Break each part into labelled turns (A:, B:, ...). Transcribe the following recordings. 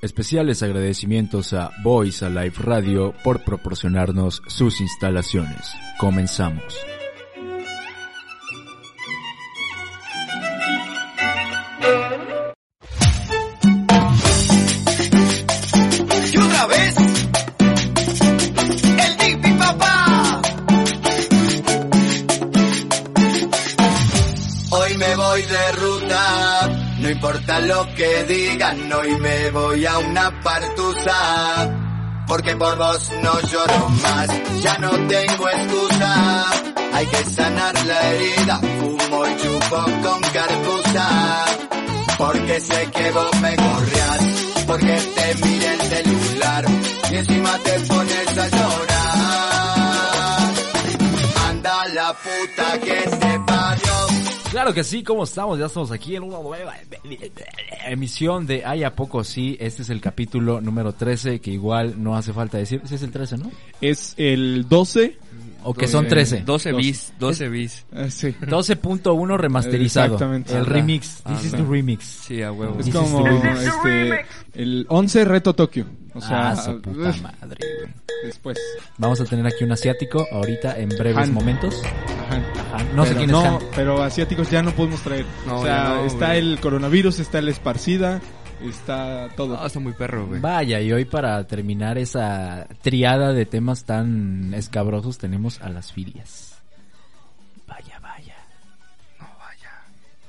A: Especiales agradecimientos a Voice Alive Radio por proporcionarnos sus instalaciones. Comenzamos.
B: Y otra vez, el Dipi Papá. Hoy me voy de ruta, no importa lo que digan, hoy me voy a una partusa. Porque por vos no lloro más, ya no tengo excusa. Hay que sanar la herida, fumo y chupo con cartuza. Porque sé que vos me corrías, porque te miré el celular y encima te pones a llorar. Anda la puta que te parió.
A: Claro que sí, ¿cómo estamos? Ya estamos aquí en una nueva emisión de Hay a poco sí. Este es el capítulo número 13, que igual no hace falta decir. Sí es el 13, ¿no?
C: es el 12.
A: O que son 13.
D: 12 bis, 12 bis.
C: eh, sí.
A: 12.1 remasterizado.
C: Exactamente.
A: El
C: Ajá.
A: remix. This is
D: Ajá.
A: the remix.
D: Sí, a huevo.
C: Es
A: Hiciste
C: como
A: un-
C: este, el 11 Reto Tokio. O sea,
A: ah, su puta
C: uf,
A: madre. güey.
C: después.
A: Vamos a tener aquí un asiático ahorita en breves
C: Han.
A: momentos.
C: Ajá.
A: Ah, no sé
C: Pero
A: quién es Han.
C: pero asiáticos ya no podemos traer.
D: No,
C: o sea,
D: ya no,
C: está
D: güey.
C: el coronavirus, está el esparcida, está todo.
D: Ah, está muy perro, güey.
A: Vaya, y hoy para terminar esa triada de temas tan escabrosos tenemos a las filias. Vaya, vaya.
D: No, vaya.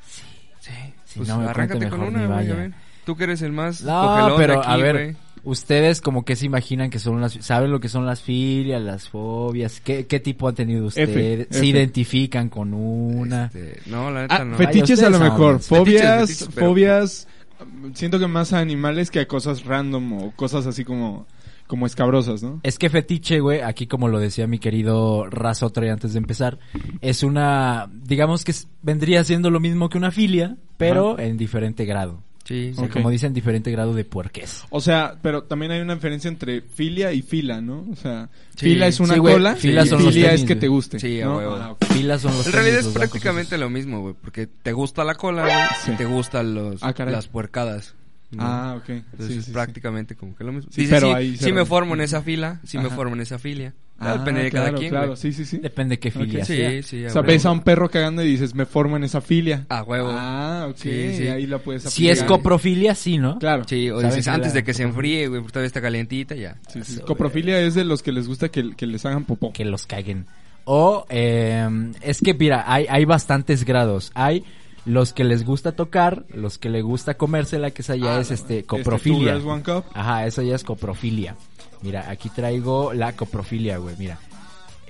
A: Sí.
D: Sí.
A: Si
D: Pues
A: no me
D: arráncate
A: cuente
D: con
A: mejor
D: una,
A: ni
D: güey, a
A: vaya.
D: ver. Tú que eres el más
A: No,
D: cogelón de
A: pero a
D: aquí,
A: ver,
D: güey.
A: ustedes como que se imaginan que son las... ¿Saben lo que son las filias, las fobias? ¿Qué, qué tipo han tenido ustedes? ¿Se
C: F.
A: identifican con una?
D: Este, no, la neta
C: Ah,
D: no.
A: feti-
C: fetiches
A: Vaya,
C: a lo
A: ustedes
C: mejor.
A: saben.
C: Fobias,
D: Fetiches, fetiches, pero-
C: fobias. mm, Siento que más a animales que a cosas random o cosas así como, como escabrosas, ¿no?
A: Es que fetiche, güey, aquí como lo decía mi querido Razotre antes de empezar, es una, digamos que es- vendría siendo lo mismo que una filia, pero en diferente grado.
D: Sí,
A: O sea,
C: Ok.
A: como dicen, diferente grado de puerqués.
C: O sea, pero también hay una diferencia entre filia y fila, ¿no? O sea,
D: Sí.
C: fila es una
A: Sí, güey,
C: cola
A: fila
C: y
A: son los
C: filia
A: tenis,
C: es que
A: güey.
C: te guste.
D: Sí, a
C: ¿no?
D: huevo.
C: Ah, ok.
A: Filas son los
D: En realidad
A: tenis,
D: es
A: los blancos,
D: prácticamente lo mismo, güey. Porque te gusta la cola, güey.
C: Sí.
D: Y te gustan los,
C: Ah, caray.
D: las puercadas. ¿no?
C: Ah, ok. Sí,
D: Entonces
C: sí,
D: es
C: sí.
D: prácticamente como que lo mismo.
C: Sí,
D: Sí,
C: pero
D: sí,
C: ahí se
D: sí me
C: rompe.
D: formo en esa fila, sí me
C: Ajá.
D: formo en esa filia.
C: Ah,
D: Depende de cada
C: claro,
D: quien,
C: claro,
D: güey.
C: sí, sí, sí.
A: Depende qué filia
D: Sí,
A: sea.
D: sí, sí,
C: o
D: a
C: sea,
D: huevo.
C: ves a un perro cagando y dices, me formo en esa filia.
D: A huevo.
C: Ah, ok.
D: Sí, sí.
C: Ahí la puedes aplicar.
A: Si es coprofilia, sí, ¿no?
C: Claro.
D: Sí, o
A: ¿Saben
D: dices
A: que
D: antes
A: la-
D: de que se enfríe, güey, porque todavía está calientita ya.
C: Sí, sí. Coprofilia es de los que les gusta que, que les hagan popó.
A: que los caguen. O eh, es que mira, hay, hay bastantes grados. Hay los que les gusta tocar, los que les gusta comérsela, que esa ya
C: Ah,
A: es
C: no,
A: este
C: este,
A: coprofilia.
C: two girls, one cup.
A: Ajá, esa ya es coprofilia. Mira, aquí traigo la coprofilia, güey, mira.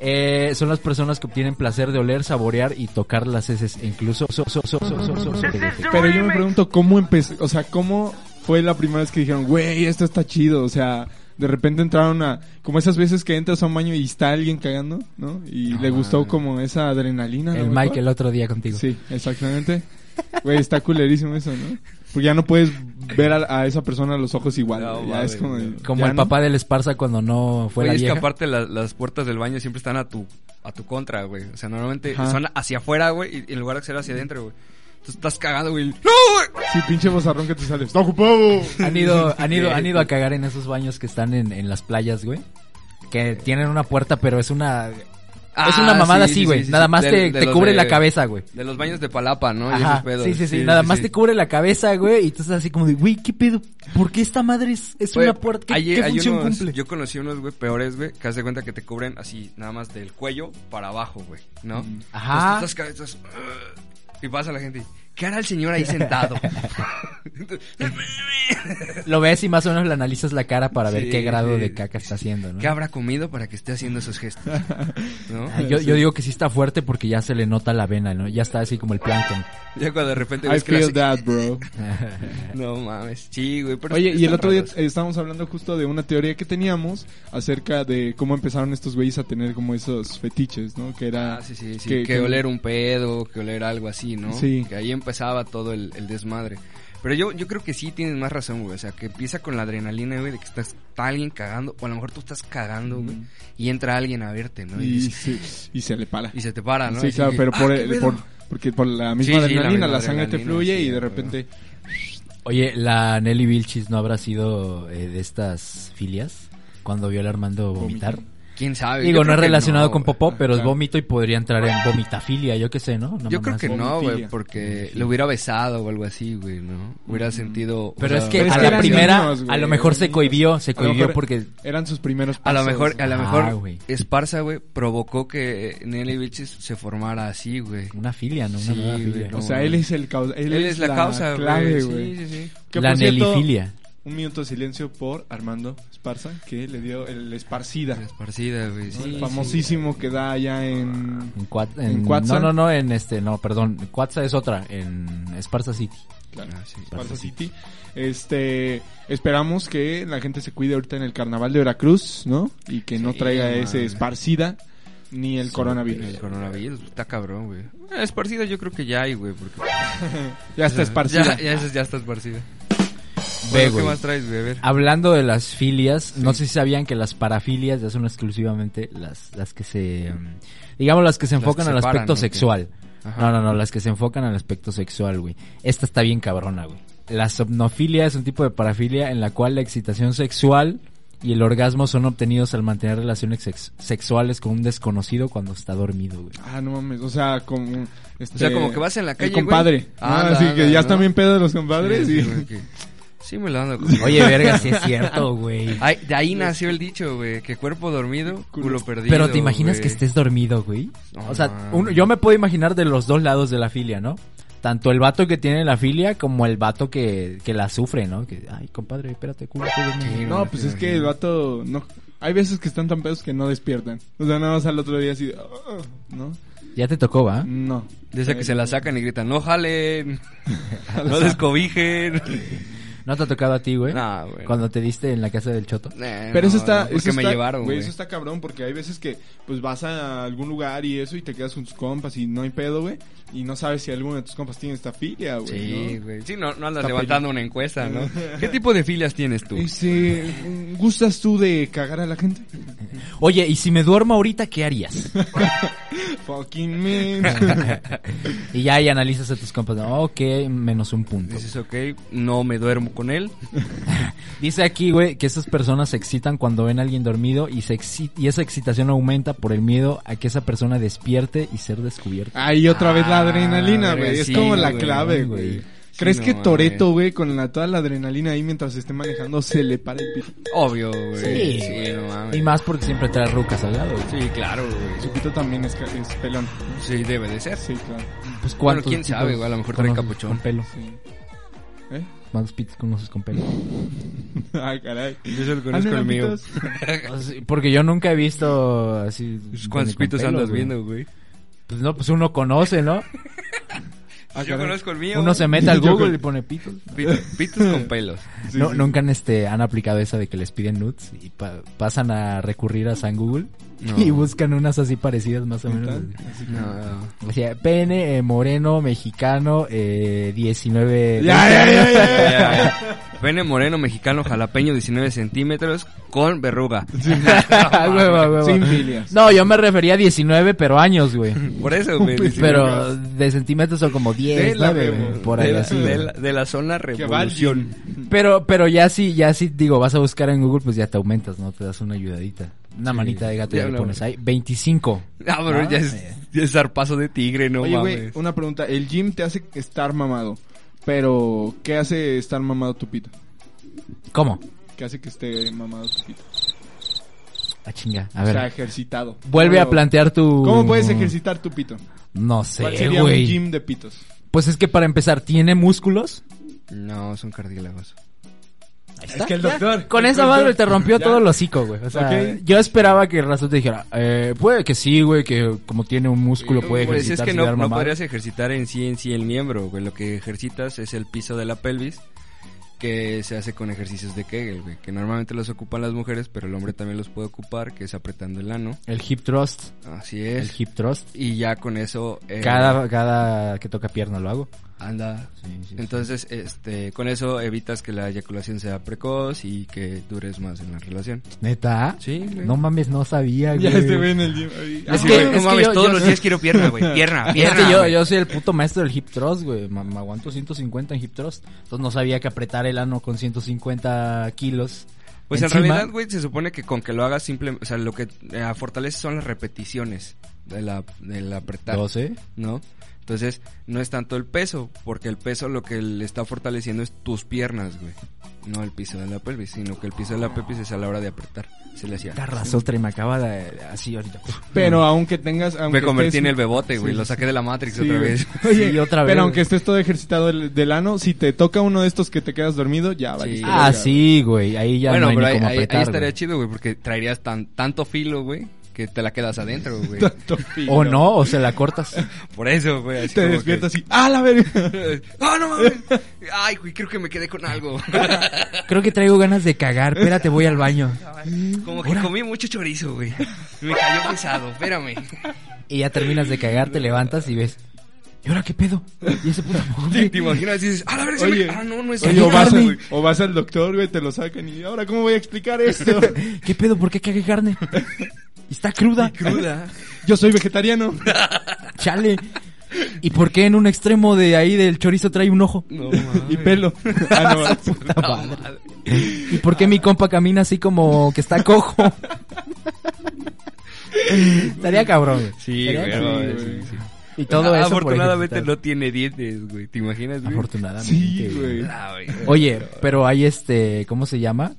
A: Eh, son las personas que obtienen placer de oler, saborear y tocar las heces, e incluso... so- so- so- so- so- so- so-
C: Pero yo me pregunto cómo empezó, o sea, cómo fue la primera vez que dijeron, güey, esto está chido, o sea, de repente entraron a, como esas veces que entras a un baño y está alguien cagando, ¿no? Y le gustó como esa adrenalina. a lo
A: El
C: mejor.
A: Mike el otro día contigo.
C: Sí, exactamente. Güey, está culerísimo eso, ¿no? Porque ya no puedes ver a, a esa persona a los ojos igual,
D: No,
C: güey, ya
D: mames,
C: es como...
D: no.
A: Como
C: ya
A: el
C: no.
A: papá del Esparza cuando no fue
D: Oye,
A: la
D: es que
A: vieja.
D: aparte la- las puertas del baño siempre están a tu a tu contra, güey. O sea, normalmente
C: Ajá.
D: son hacia afuera, güey, y- y en lugar de ser hacia adentro, güey. Entonces estás cagando, güey. ¡No, güey!
C: Sí, pinche bozarrón que te sale. ¡Está ocupado!
A: Han ido, han ido, han ido a cagar en esos baños que están en, en las playas, güey. Que tienen una puerta, pero es una. es una
D: Ah,
A: mamada
D: sí,
A: así,
D: sí,
A: güey.
D: sí, sí.
A: Nada más
D: De-
A: te,
D: de
A: te
D: los
A: cubre
D: de-
A: la cabeza, güey.
D: De los baños de Palapa, ¿no? Y esos
A: Ajá,
D: pedos.
A: sí, sí, sí, Nada más
D: sí.
A: te cubre la cabeza, güey. Y tú estás así como de, güey, ¿qué pedo? ¿Por qué esta madre es, es
D: Güey,
A: una puerta? ¿Qué,
D: hay-
A: qué
D: hay
A: función
D: unos-
A: cumple?
D: Yo conocí unos, güey, peores, güey, que haz de cuenta que te cubren así, nada más del cuello para abajo, güey, ¿no?
A: Mm. Ajá.
D: Entonces, tú estás ca- estás, "Ugh", y pasa la gente. y, ¿Qué hará el señor ahí sentado?
A: Lo ves y más o menos le analizas la cara para ver
D: Sí,
A: qué grado
D: sí.
A: de caca está haciendo, ¿no?
D: ¿Qué habrá comido para que esté haciendo esos gestos? ¿No?
A: Ah, yo, yo digo que sí está fuerte porque ya se le nota la vena, ¿no? Ya está así como el plancton.
D: Ya cuando de repente
C: I
D: ves que la
C: feel
D: hace-
C: that, bro.
D: No mames, sí, güey. pero
C: Oye, y el
D: están
C: otro día
D: raros.
C: eh, estábamos hablando justo de una teoría que teníamos acerca de cómo empezaron estos güeyes a tener como esos fetiches, ¿no? Que era...
D: Ah, sí, sí, sí, Que, oler un pedo, que oler algo así, ¿no?
C: Sí.
D: Que ahí empezaba todo el, el desmadre. Pero yo, yo creo que sí tienes más razón, güey. O sea, que empieza con la adrenalina, güey, de que estás, está alguien cagando, o a lo mejor tú estás cagando, güey, y entra alguien a verte, ¿no? Y,
C: Y,
D: dices-
C: se, y se le para.
D: y se te para, ¿no?
C: sí,
D: Así
C: claro,
D: que,
C: pero por,
D: "Ah,
C: el-
D: qué pedo".
C: por- porque por la misma
D: Sí, sí, la
C: adrenalina, la,
D: misma
C: sangre te
D: adrenalina,
C: fluye
D: sí,
C: y de
D: güey.
C: repente...
A: Oye, ¿la Nelly Vilchis no habrá sido eh, de estas filias cuando vio al Armando vomitar?
D: ¿Quién sabe?
A: Digo, no
D: Yo creo
A: es
D: que
A: relacionado
D: no,
A: con
D: güey.
A: Popó, pero es
C: Claro.
A: vómito y podría entrar en vomitafilia, yo qué sé, ¿no? Una
D: Yo
A: mamá
D: creo que
A: así.
D: no, güey,
C: Homofilia.
D: porque lo hubiera besado o algo así, güey, ¿no? Hubiera sentido...
A: Pero
D: o
A: es
D: sea,
A: que
C: pero
A: a
C: es que
A: la
C: eran
A: primera,
C: niños,
A: a
C: güey,
A: lo mejor
C: eran
A: se
C: niños.
A: cohibió, se
C: A lo
A: cohibió
C: mejor
A: porque...
C: Eran sus primeros
D: A lo
C: pasos,
D: mejor, a lo
A: Ah,
D: mejor
A: güey.
D: Esparza, güey, provocó que Nelly Vilches se formara así, güey.
A: Una filia, ¿no? Una
D: Sí,
A: nueva
D: güey,
A: filia.
D: no.
C: O sea, él es el causa. Él,
D: Él es la, causa,
C: clave,
D: güey. Sí,
C: güey.
D: sí, sí.
C: Que,
A: La
C: por cierto,
A: nelifilia.
C: Un minuto de silencio por Armando Esparza, que le dio el esparcida.
D: La esparcida, güey.
C: ¿no?
D: Sí,
C: el
D: sí.
C: famosísimo que da allá en...
A: En, Cuat-
C: ¿En
A: en-
C: Cuatza?
A: No, no, no, en este, no, perdón. Cuatza es otra, en Esparza City.
C: Claro.
D: Ah, sí.
C: Esparza City. Este, esperamos que la gente se cuide ahorita en el carnaval de Veracruz, ¿no? Y que no
D: Sí,
C: traiga
D: madre.
C: ese esparcida ni el coronavirus.
D: El coronavirus está cabrón, güey. Eh, Esparcida yo creo que ya hay, güey. Porque...
C: Ya está esparcida.
D: Ya, ya, es- ya está esparcida.
A: Ve,
D: Bueno, ¿Qué
A: güey. Ah,
D: más traes, güey? A ver.
A: Hablando de las filias, no sé si sabían que las parafilias ya son exclusivamente las, las que se, mm, digamos las que se
D: Las que
A: enfocan
D: se
A: al
D: paran,
A: aspecto
D: ¿o qué?
A: sexual.
D: Ajá.
A: No, no, no, las que se enfocan al aspecto sexual, güey. Esta está bien cabrona, güey. La somnofilia es un tipo de parafilia en la cual la excitación sexual y el orgasmo son obtenidos al mantener relaciones sex- sexuales con un desconocido cuando está dormido, güey.
C: Ah, no mames, o sea, como... Este,
D: O sea, como que vas en la calle,
C: El compadre.
D: güey.
C: Ah,
D: Anda,
C: así
D: anda,
C: que ya
D: ¿no?
C: están bien pedos los compadres
D: Sí,
C: y...
D: güey, que- sí me lo ando
A: Oye, verga, sí es cierto, güey.
D: Ay, de ahí nació el dicho, güey, que cuerpo dormido, culo perdido.
A: Pero te imaginas
D: güey.
A: que estés dormido, güey.
D: No
A: o sea,
D: mames.
A: uno- yo me puedo imaginar de los dos lados de la filia, ¿no? Tanto el vato que tiene la filia como el vato que, que la sufre, ¿no? Que, ay, compadre, espérate, culo, estoy dormido".
D: Sí,
C: No, pues es que el vato no. Hay veces que están tan pedos que no despiertan. O sea, nada más al otro día así, de, "Ah", ¿no? Eh,
A: Ya te tocó, ¿va?
D: Mm.
C: No.
D: De esa que se la sacan y gritan, no jalen, no descobijen.
A: ¿No te ha tocado a ti, güey?
D: Nah, güey. Eh,
A: Cuando te diste en la casa del choto.
C: Pero eso está,
D: Porque
C: eso
D: me
C: está-
D: llevaron, güey.
C: Eso está cabrón porque hay veces que pues vas a algún lugar y eso y te quedas con tus compas y no hay pedo, güey, y no sabes si alguno de tus compas tiene esta filia, güey.
D: Sí,
C: ¿no?
D: güey. Sí, no, no andas
C: Está
D: levantando una encuesta, ¿no? ¿Qué tipo de filias tienes tú?
C: Este, ¿gustas tú de cagar a la gente?
A: Oye, ¿y si me duermo ahorita, qué harías?
C: Fucking man.
A: y ya ahí analizas a tus compas. ¿no? Ok, menos un punto.
D: Dices, ok, no me duermo con él.
A: Dice aquí, güey, que esas personas se excitan cuando ven a alguien dormido y, se exci- y esa excitación aumenta por el miedo a que esa persona despierte y ser descubierta.
C: Ahí otra vez la
D: Ah,
C: adrenalina,
D: verga,
C: güey. Es
D: sí,
C: como la
D: güey,
C: clave,
A: güey.
C: güey. ¿Crees
D: no
C: que
D: mames.
C: Toreto, güey, con la, toda la adrenalina ahí mientras esté manejando, se le para el pito?
D: Obvio,
A: Sí,
D: güey. sí, no mames.
A: Y más porque siempre trae rucas al lado. güey.
D: Sí, claro, güey.
C: Su pito también es, ca- es pelón.
D: Sí, debe de ser.
C: Sí, claro.
A: Pues
D: Bueno,
A: cuántos
D: quién
A: pitos
D: sabe, güey, a lo mejor trae
A: conoces
D: capuchón.
A: Con pelo.
C: Sí. ¿Eh?
A: ¿Cuántos pitos conoces con pelo?
C: Ay, caray.
D: Yo
C: Ah,
D: solo
C: ¿no
D: conozco el
C: eran
D: mío.
C: pitos?
A: O sea, Porque yo nunca he visto así.
D: Eh, pues,
A: donde
D: ¿Cuántos
A: con
D: pitos
A: pelo,
D: andas
A: güey.
D: viendo, güey?
A: Pues no, pues uno conoce, ¿no?
C: Ah,
D: Yo
C: caray.
D: conozco el mío.
A: Uno se mete al
C: Yo
A: Google
C: con-
A: y pone pitos.
D: Pitos, pitos con pelos.
C: Sí,
A: No,
C: sí.
A: Nunca han, este, han aplicado esa de que les piden nudes y pa- pasan a recurrir a San Google
D: No.
A: y buscan unas así parecidas más o menos.
C: ¿Neta? Así que-
D: No.
A: O sea, pene, eh, moreno, mexicano, eh, 19...
C: Ya, ya, ya, ya, ya.
D: Pene moreno mexicano jalapeño 19 centímetros con verruga.
A: Ah, huevo, huevo.
C: Sin filias.
A: No, yo me refería a 19, pero años, güey.
D: Por eso, güey.
A: Pero de centímetros son como 10,
C: De la
A: 9,
C: remo.
A: güey, por ahí
D: de, la,
A: así.
D: de,
A: güey.
D: la, de la zona
C: Que va al
D: revolución.
C: gym.
A: Pero, pero ya sí, ya sí, digo, vas a buscar en Google, pues ya te aumentas, ¿no? Te das una ayudadita. Una manita de gato
D: Ya
A: ya le
D: una-
A: pones ahí. 25.
D: Ah, pero ya es,
A: Ah,
D: ya es zarpazo de tigre, no
C: Oye, güey,
D: mames.
C: una pregunta. El gym te hace estar mamado. Pero, ¿qué hace estar mamado tu pito?
A: ¿Cómo?
C: ¿Qué hace que esté mamado tu pito?
A: A Ah, chinga. A
C: O sea,
A: ver.
C: ejercitado.
A: Vuelve
C: ¿Cómo
A: a
C: lo-
A: plantear tu...
C: ¿Cómo puedes ejercitar tu pito?
A: No
C: ¿Cuál
A: sé,
C: sería un
A: güey.
C: gym de pitos?
A: Pues es que para empezar, ¿tiene músculos?
D: No, son cartílagos.
A: Ahí está.
C: que el doctor-
A: Con
C: el
A: esa
C: doctor-
A: madre te rompió
C: Ya.
A: todo el hocico, güey. O sea,
C: Ok.
A: yo esperaba que el Razón te dijera, eh, puede que sí, güey, que como tiene un músculo puede
D: Pues
A: ejercitarse
D: es que
A: y
D: no,
A: dar
D: no
A: mamadas.
D: podrías ejercitar en sí en sí el miembro, güey. Lo que ejercitas es el piso de la pelvis que se hace con ejercicios de Kegel, güey, que normalmente los ocupan las mujeres, pero el hombre también los puede ocupar, que es apretando el ano.
A: El hip thrust.
D: Así
A: El
D: es.
A: hip thrust.
D: Y ya con eso... eh,
A: Cada, cada que toca pierna lo hago.
D: Anda.
A: Sí, sí, sí.
D: Entonces, este, con eso evitas que la eyaculación sea precoz y que dures más en la relación.
A: ¿Neta?
D: Sí, güey.
A: No mames, no sabía, güey.
C: Ya este güey en el gym. ay,
A: Es
D: Sí,
A: que-
D: güey, no
A: es que
D: mames,
A: yo-
D: todos
A: yo-
D: los días quiero pierna, güey. Pierna,
A: Es
D: pierna.
A: que yo,
D: güey.
A: yo soy el puto maestro del hip thrust, güey. Me, me aguanto 150 en hip thrust. Entonces no sabía que apretar el ano con 150 kilos.
D: Pues
A: encima-
D: en realidad, güey, se supone que con que lo hagas simplemente, o sea, lo que eh, fortalece son las repeticiones de la, del apretar,
A: 12.
D: ¿no? Entonces, no es tanto el peso, porque el peso lo que le está fortaleciendo es tus piernas, güey. No el piso de la pelvis, sino que el piso de la pelvis es a la hora de apretar. Se le hacía.
A: La rasotra y me acaba de. Así ahorita.
C: Pero aunque tengas... Aunque
D: Me convertí
C: estés-
D: en el bebote, güey.
C: Sí,
D: Lo saqué de la Matrix
C: Sí,
D: otra
C: güey.
D: vez.
A: Sí, otra vez.
C: Pero aunque estés todo ejercitado del, del ano, si te toca uno de estos que te quedas dormido, ya valiste
D: Ah,
A: Ah,
C: verga,
A: sí, güey. Ahí ya
D: bueno,
A: no hay
D: pero
A: ni
D: ahí,
A: cómo
D: ahí- ahí
A: apretar.
D: estaría
A: güey.
D: chido, güey, porque traerías tan, tanto filo, güey, que te la quedas adentro, güey.
C: güey. Tanto filo.
A: o no, o se la cortas.
D: Por eso, güey. así
C: Te
D: como que-
C: despiertas y... ¡Ah, la verga!
D: ¡Ah, no mames! Ay, güey, creo que me quedé con algo.
A: Creo que traigo ganas de cagar. Espérate, voy al baño.
D: Como que comí mucho chorizo, güey. Me cayó pesado, espérame.
A: Y ya terminas de cagar, te levantas y ves. ¿Y ahora qué pedo? ¿Y ese puto
D: Te, te imaginas y dices, ¡ah, la verga! se me-
C: Oye,
D: ¡Ah, no, no es
C: oye, o,
D: carne".
C: vas al, o vas al doctor, güey, te lo sacan y... ¿Ahora cómo voy a explicar esto?
A: ¿Qué pedo? ¿Por qué cagué carne? Está cruda.
D: Cruda.
C: Yo soy vegetariano.
D: Ah,
A: Chale. ¿Y por qué en un extremo de ahí del chorizo trae un ojo?
D: No,
C: y pelo. Ah, no,
A: Puta madre. ¿Y por qué mi compa camina así como que está cojo? Estaría cabrón. güey.
D: Sí,
A: Estaría
D: güey.
A: cabrón.
D: no,
C: Sí,
D: sí,
C: güey.
D: sí.
A: Y todo
D: Ah,
A: eso por
D: Afortunadamente
A: ejercitar.
D: no tiene dientes, güey. ¿Te imaginas, güey?
A: Afortunadamente.
C: Sí, güey.
D: Ah, güey.
A: Oye, pero hay este, ¿cómo se llama?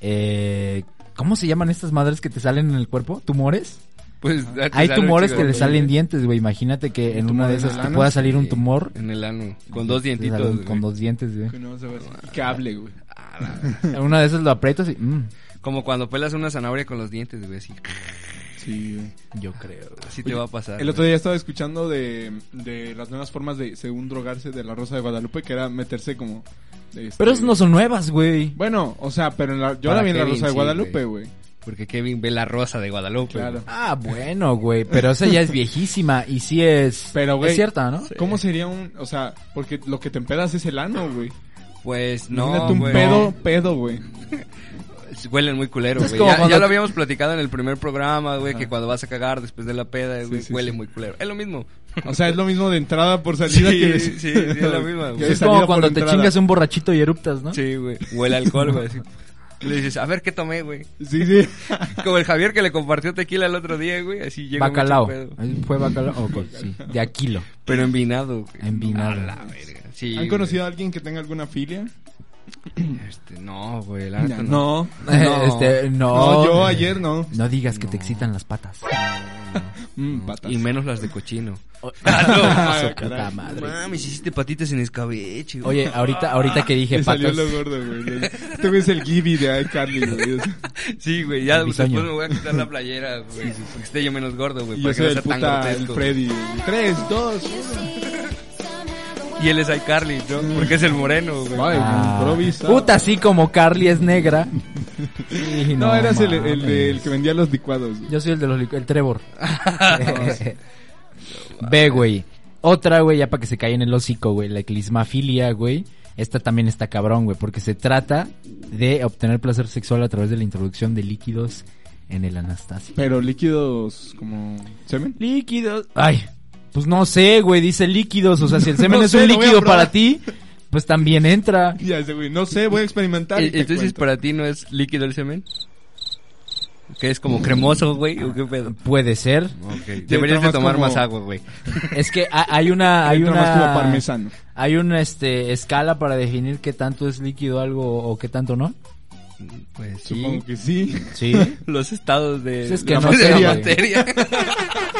A: Eh, ¿Cómo se llaman estas madres que te salen en el cuerpo? ¿Tumores?
D: Pues, ah, te
A: Hay
D: sale un
A: tumores
D: chico,
A: que le
D: güey.
A: salen dientes, güey. Imagínate que en una de
C: tumor en
A: esas
C: el
A: te
C: ano?
A: pueda salir un tumor.
D: En el ano. Con dos
A: te sale
D: dientitos.
A: un-
D: güey.
A: Con dos dientes, güey.
C: No, se va a hacer. Cable, güey.
D: Ah, la-
A: En una de esas lo aprietas y... mm,
D: Como cuando pelas una zanahoria con los dientes, güey. Así,
C: Sí, güey.
A: yo creo. güey.
D: así te va a pasar.
C: El otro día estaba escuchando de, de las nuevas formas de, según drogarse, de la Rosa de Guadalupe, que era meterse como... este-
A: Pero esas no son nuevas, güey.
C: Bueno, o sea, pero en la- yo
D: Para
C: la vi en la
D: Kevin,
C: Rosa de
D: sí,
C: Guadalupe,
D: güey.
C: güey.
D: Porque Kevin ve la rosa de Guadalupe.
C: Claro.
D: güey.
A: Ah, bueno, güey. Pero esa ya es viejísima y sí es...
C: Pero, güey,
A: Es cierta, ¿no?
C: ¿Cómo sería un...? O sea, porque lo que te empedas es el ano, güey.
D: Pues no,
C: Imagínate un
D: güey.
C: pedo, pedo, güey.
D: Huelen muy culero,
A: Es
D: güey.
A: como
D: Ya,
A: cuando-
D: ya lo habíamos platicado en el primer programa, güey, que cuando vas a cagar después de la peda, güey,
C: sí,
D: huele
C: sí.
D: muy culero. Es lo mismo.
C: O sea, es lo mismo de entrada por salida
D: Sí,
C: que...
D: sí, sí, es la misma, güey.
C: que de
A: Es
C: salida
A: como
C: por
A: cuando te
C: entrada.
A: chingas un borrachito y eruptas, ¿no?
D: Sí, güey. Huele a alcohol, güey. así. Le dices, a ver qué tomé, güey.
C: Sí, sí.
D: Como el Javier que le compartió tequila el otro día, güey. Así llega mucho
A: Bacalao.
D: pedo.
A: Fue bacalao. Ok, sí. De Aquilo.
D: Pero envinado, güey.
A: En vinagre.
D: A la verga. Sí,
C: Ah. ¿Han
D: güey.
C: conocido a alguien que tenga alguna filia?
D: Este, no, güey, la neta no.
C: No.
D: No.
A: Este, no.
C: No, yo ayer no. Ah,
A: No digas que te excitan las patas.
C: Mm, patas.
D: Y menos las de cochino.
A: Su
C: Ah,
A: puta
C: caray.
A: madre.
D: Mames, hiciste patitas en escabeche, güey.
A: Oye, ahorita, ahorita que dije
C: Le salió
A: patas.
C: lo gordo, güey. Este güey es el Gibby de iCarly, güey.
D: Sí, güey, ya
A: El
D: después
A: bisoño.
D: me voy a quitar la playera, güey. Porque esté yo menos gordo, güey.
C: Y
D: Pues, Para
C: yo
D: que no
C: soy
D: sea
C: el
D: tan
C: puta el
D: grotesco.
C: Freddy. Tres, dos, uno.
D: Y él es iCarly, ¿no? Porque es el moreno, güey.
C: Ay,
A: Ah,
C: improvisa.
A: puta, así como Carly es negra. Sí,
C: No, eras el, el,
A: mames.
C: de- el que vendía los licuados. güey.
A: Yo soy el de los lic- el Trevor. Ve, güey. Otra, güey, ya para que se caiga en el hocico, güey. La clismafilia, güey. Esta también está cabrón, güey, porque se trata de obtener placer sexual a través de la introducción de líquidos en el anastasio.
C: Pero líquidos como semen.
A: Líquidos. Ay, pues no sé, güey, dice líquidos. O sea, si el semen
C: No
A: es
C: sé,
A: un
C: lo voy a
A: líquido
C: probar.
A: para ti, pues también entra.
C: Ya ese güey, no sé, voy a experimentar. y
D: E-
C: te
D: Entonces,
C: cuento.
D: ¿para ti no es líquido el semen? ¿Que es como cremoso, güey? ¿O qué pedo?
A: Puede ser.
D: Okay.
C: Te entra
D: Deberías de
C: más
D: tomar
C: como-
D: más agua, güey.
A: Es que ha- hay una, hay
C: Entra
A: una,
C: más como parmesano.
A: hay una, este, escala para definir qué tanto es líquido algo o qué tanto no.
D: Pues sí.
C: Supongo que sí.
A: Sí.
D: Los estados de
A: Pues es que
D: la
A: no
D: materia.
A: sé,
D: la
A: güey.
D: materia.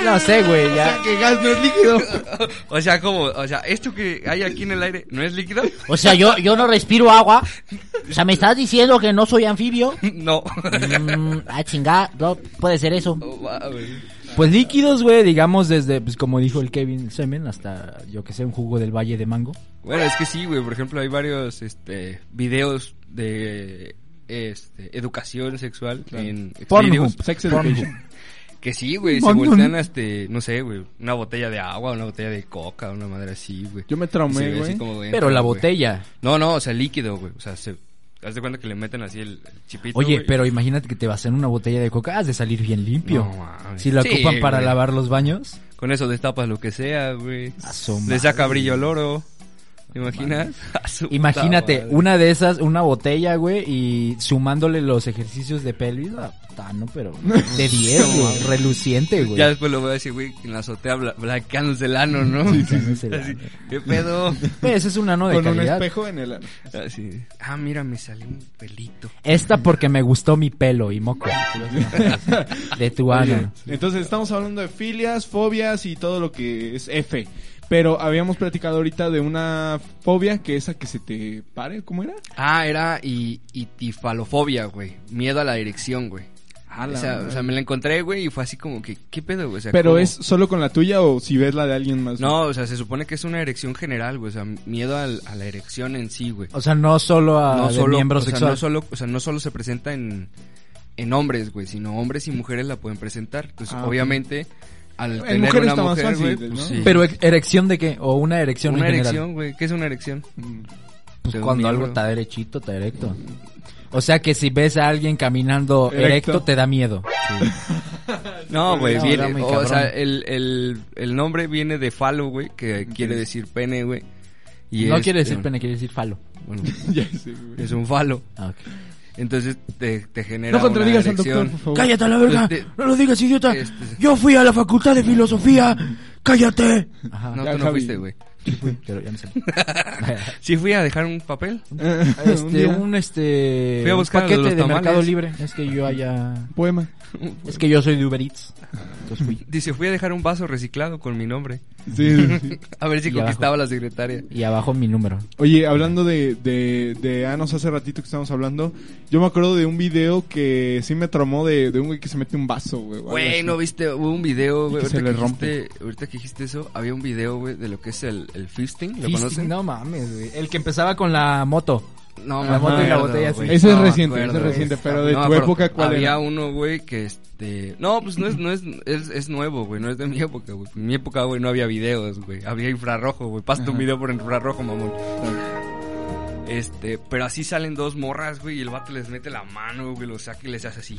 A: No sé, güey, ya.
C: Que gas no es líquido.
D: o sea, como, o sea, esto que hay aquí en el aire, ¿no es líquido?
E: O sea, yo, yo no respiro agua. O sea, ¿me estás diciendo que no soy anfibio?
D: No.
E: Mm, ah, chingada, no puede ser eso.
D: Oh, wow, güey.
A: Pues líquidos, güey, digamos desde, pues como dijo el Kevin, semen, hasta, yo que sé, un jugo del Valle de Mango.
D: Bueno, es que sí, güey. Por ejemplo, hay varios este, videos de este, educación sexual en
A: Pornhub.
D: Xvideos.
C: Sex
A: Pornhub.
C: Education.
D: Que sí, güey. Se
C: Mon-
D: voltean, este, no sé, güey. Una botella de agua, una botella de coca, una madre así, güey.
C: Yo me
D: Y se
C: traumé,
D: ve así
C: güey.
D: como dentro,
A: Pero la
D: güey.
A: botella.
D: No, no, o sea, líquido, güey. O sea, se. Haz de cuenta que le meten así el el chipito.
A: Oye,
D: güey.
A: pero imagínate que te vas en una botella de coca, has de salir bien limpio.
D: No, mames.
A: si la
D: Sí,
A: ocupan para
D: güey.
A: lavar los baños,
D: Con eso destapas lo que sea, güey.
A: a su
D: Le
A: Ah, madre.
D: saca brillo al oro. ¿Te imaginas? A su puta
A: Imagínate,
D: madre.
A: una de esas, una botella, güey, y sumándole los ejercicios de pelvis, ah, puta, no, pero de 10, güey, reluciente, güey.
D: Ya después lo voy a decir, güey, en la azotea bla- blanqueándose el ano, ¿no?
A: Blanqueándose el
D: Así,
A: ano.
D: ¿Qué pedo?
A: Pues, ese es un ano de
C: Con un
A: calidad.
C: espejo en el ano.
D: Así. Ah, mira, me salió un pelito.
A: Esta porque me gustó mi pelo y moco. De tu ano.
C: Entonces estamos hablando de filias, fobias y todo lo que es F. Pero habíamos platicado ahorita de una fobia que esa que se te pare, ¿cómo era?
D: Ah, era y, y tifalofobia, güey. Miedo a la dirección, güey.
C: la
D: o, sea,
C: madre.
D: o sea, me la encontré, güey, y fue así como que, ¿qué pedo, güey? O sea,
C: Pero
D: ¿cómo?
C: es solo con la tuya o si ves la de alguien
A: Pues
C: más.
D: No, o sea, se supone que es una erección general, güey. O sea, miedo al- a la erección en sí, güey.
A: O sea, no solo a
D: no
A: de
D: solo,
A: miembro
D: o sea,
A: sexual.
D: no solo, o sea, no solo se presenta en, en hombres, güey, sino hombres y mujeres la pueden presentar. Entonces,
C: Ah, ok.
D: obviamente, al
C: En
D: tener
C: mujeres
D: una
C: está más
D: mujer,
C: fácil,
D: güey,
C: ¿no?
D: pues, sí.
A: Pero ¿e- erección de qué? O una erección
D: una
A: en general?
D: erección, güey, ¿qué es una erección?
C: Mm.
A: Pues
D: De un
A: cuando
D: miembro.
A: algo está derechito, está erecto. O sea que si ves a alguien caminando
C: Erecto.
A: erecto, te da miedo.
D: No, güey,
A: No,
D: viene,
A: era muy
D: o sea,
A: cabrón.
D: el, el, el nombre viene de falo, güey, que quiere decir pene, güey. y
A: no
D: es-
A: quiere decir
D: eh,
A: pene, quiere decir falo.
D: Bueno,
C: Ya sé, güey.
D: es un falo.
A: Ah, ok.
D: Entonces te, te genera
C: No contradigas
D: una
C: al doctor,
D: erección.
C: por favor.
A: Oh. Cállate a la verga,
D: Este-
A: no lo digas idiota.
D: Este-
A: Yo fui a la facultad de filosofía. Cállate. Ajá.
D: No,
C: Ah, Ya,
D: tú no
C: Javi.
D: fuiste, güey.
A: pero ya me salí.
D: Sí fui a dejar un papel.
C: Un
A: Este,
C: día,
A: un, este
D: Fui a buscar
A: un
D: los
A: paquete de
D: tamales.
A: Mercado Libre. Es que yo allá
C: poema.
A: es que yo soy de Uber Eats. Entonces fui
D: Dice, fui a dejar un vaso reciclado con mi nombre.
C: Sí, sí, sí.
D: A ver si
A: Y
D: conquistaba la secretaria.
A: y abajo mi número.
C: Oye, hablando de, de, de Anos hace ratito que estábamos hablando, yo me acuerdo de un video que sí me traumó de, de un güey que se mete un vaso, güey. o algo
D: Güey,
C: así.
D: ¿no viste? Hubo un video, güey.
C: que se
D: Ahorita,
C: le
D: que
C: rompe.
D: dijiste- ahorita que dijiste eso, había un video, güey, de lo que es el, el fisting. ¿Lo
A: Fisting,
D: conocen?
A: No mames, güey. El que empezaba con la moto.
D: No,
A: La moto y la botella,
D: güey.
A: sí.
C: Ese es
D: me
C: reciente, ese es reciente,
D: güey.
C: pero de
D: me
C: tu
D: acuerdo.
C: época, ¿cuál
D: Había
C: era?
D: uno, güey, que este... No, pues no es, no es, es, es nuevo, güey, no es de mi época, güey. En mi época, güey, no había videos, güey. Había infrarrojo, güey. Pásate un video por infrarrojo, mamón. Este, pero así salen dos morras, güey, y el vato les mete la mano, güey, lo saca y les hace así.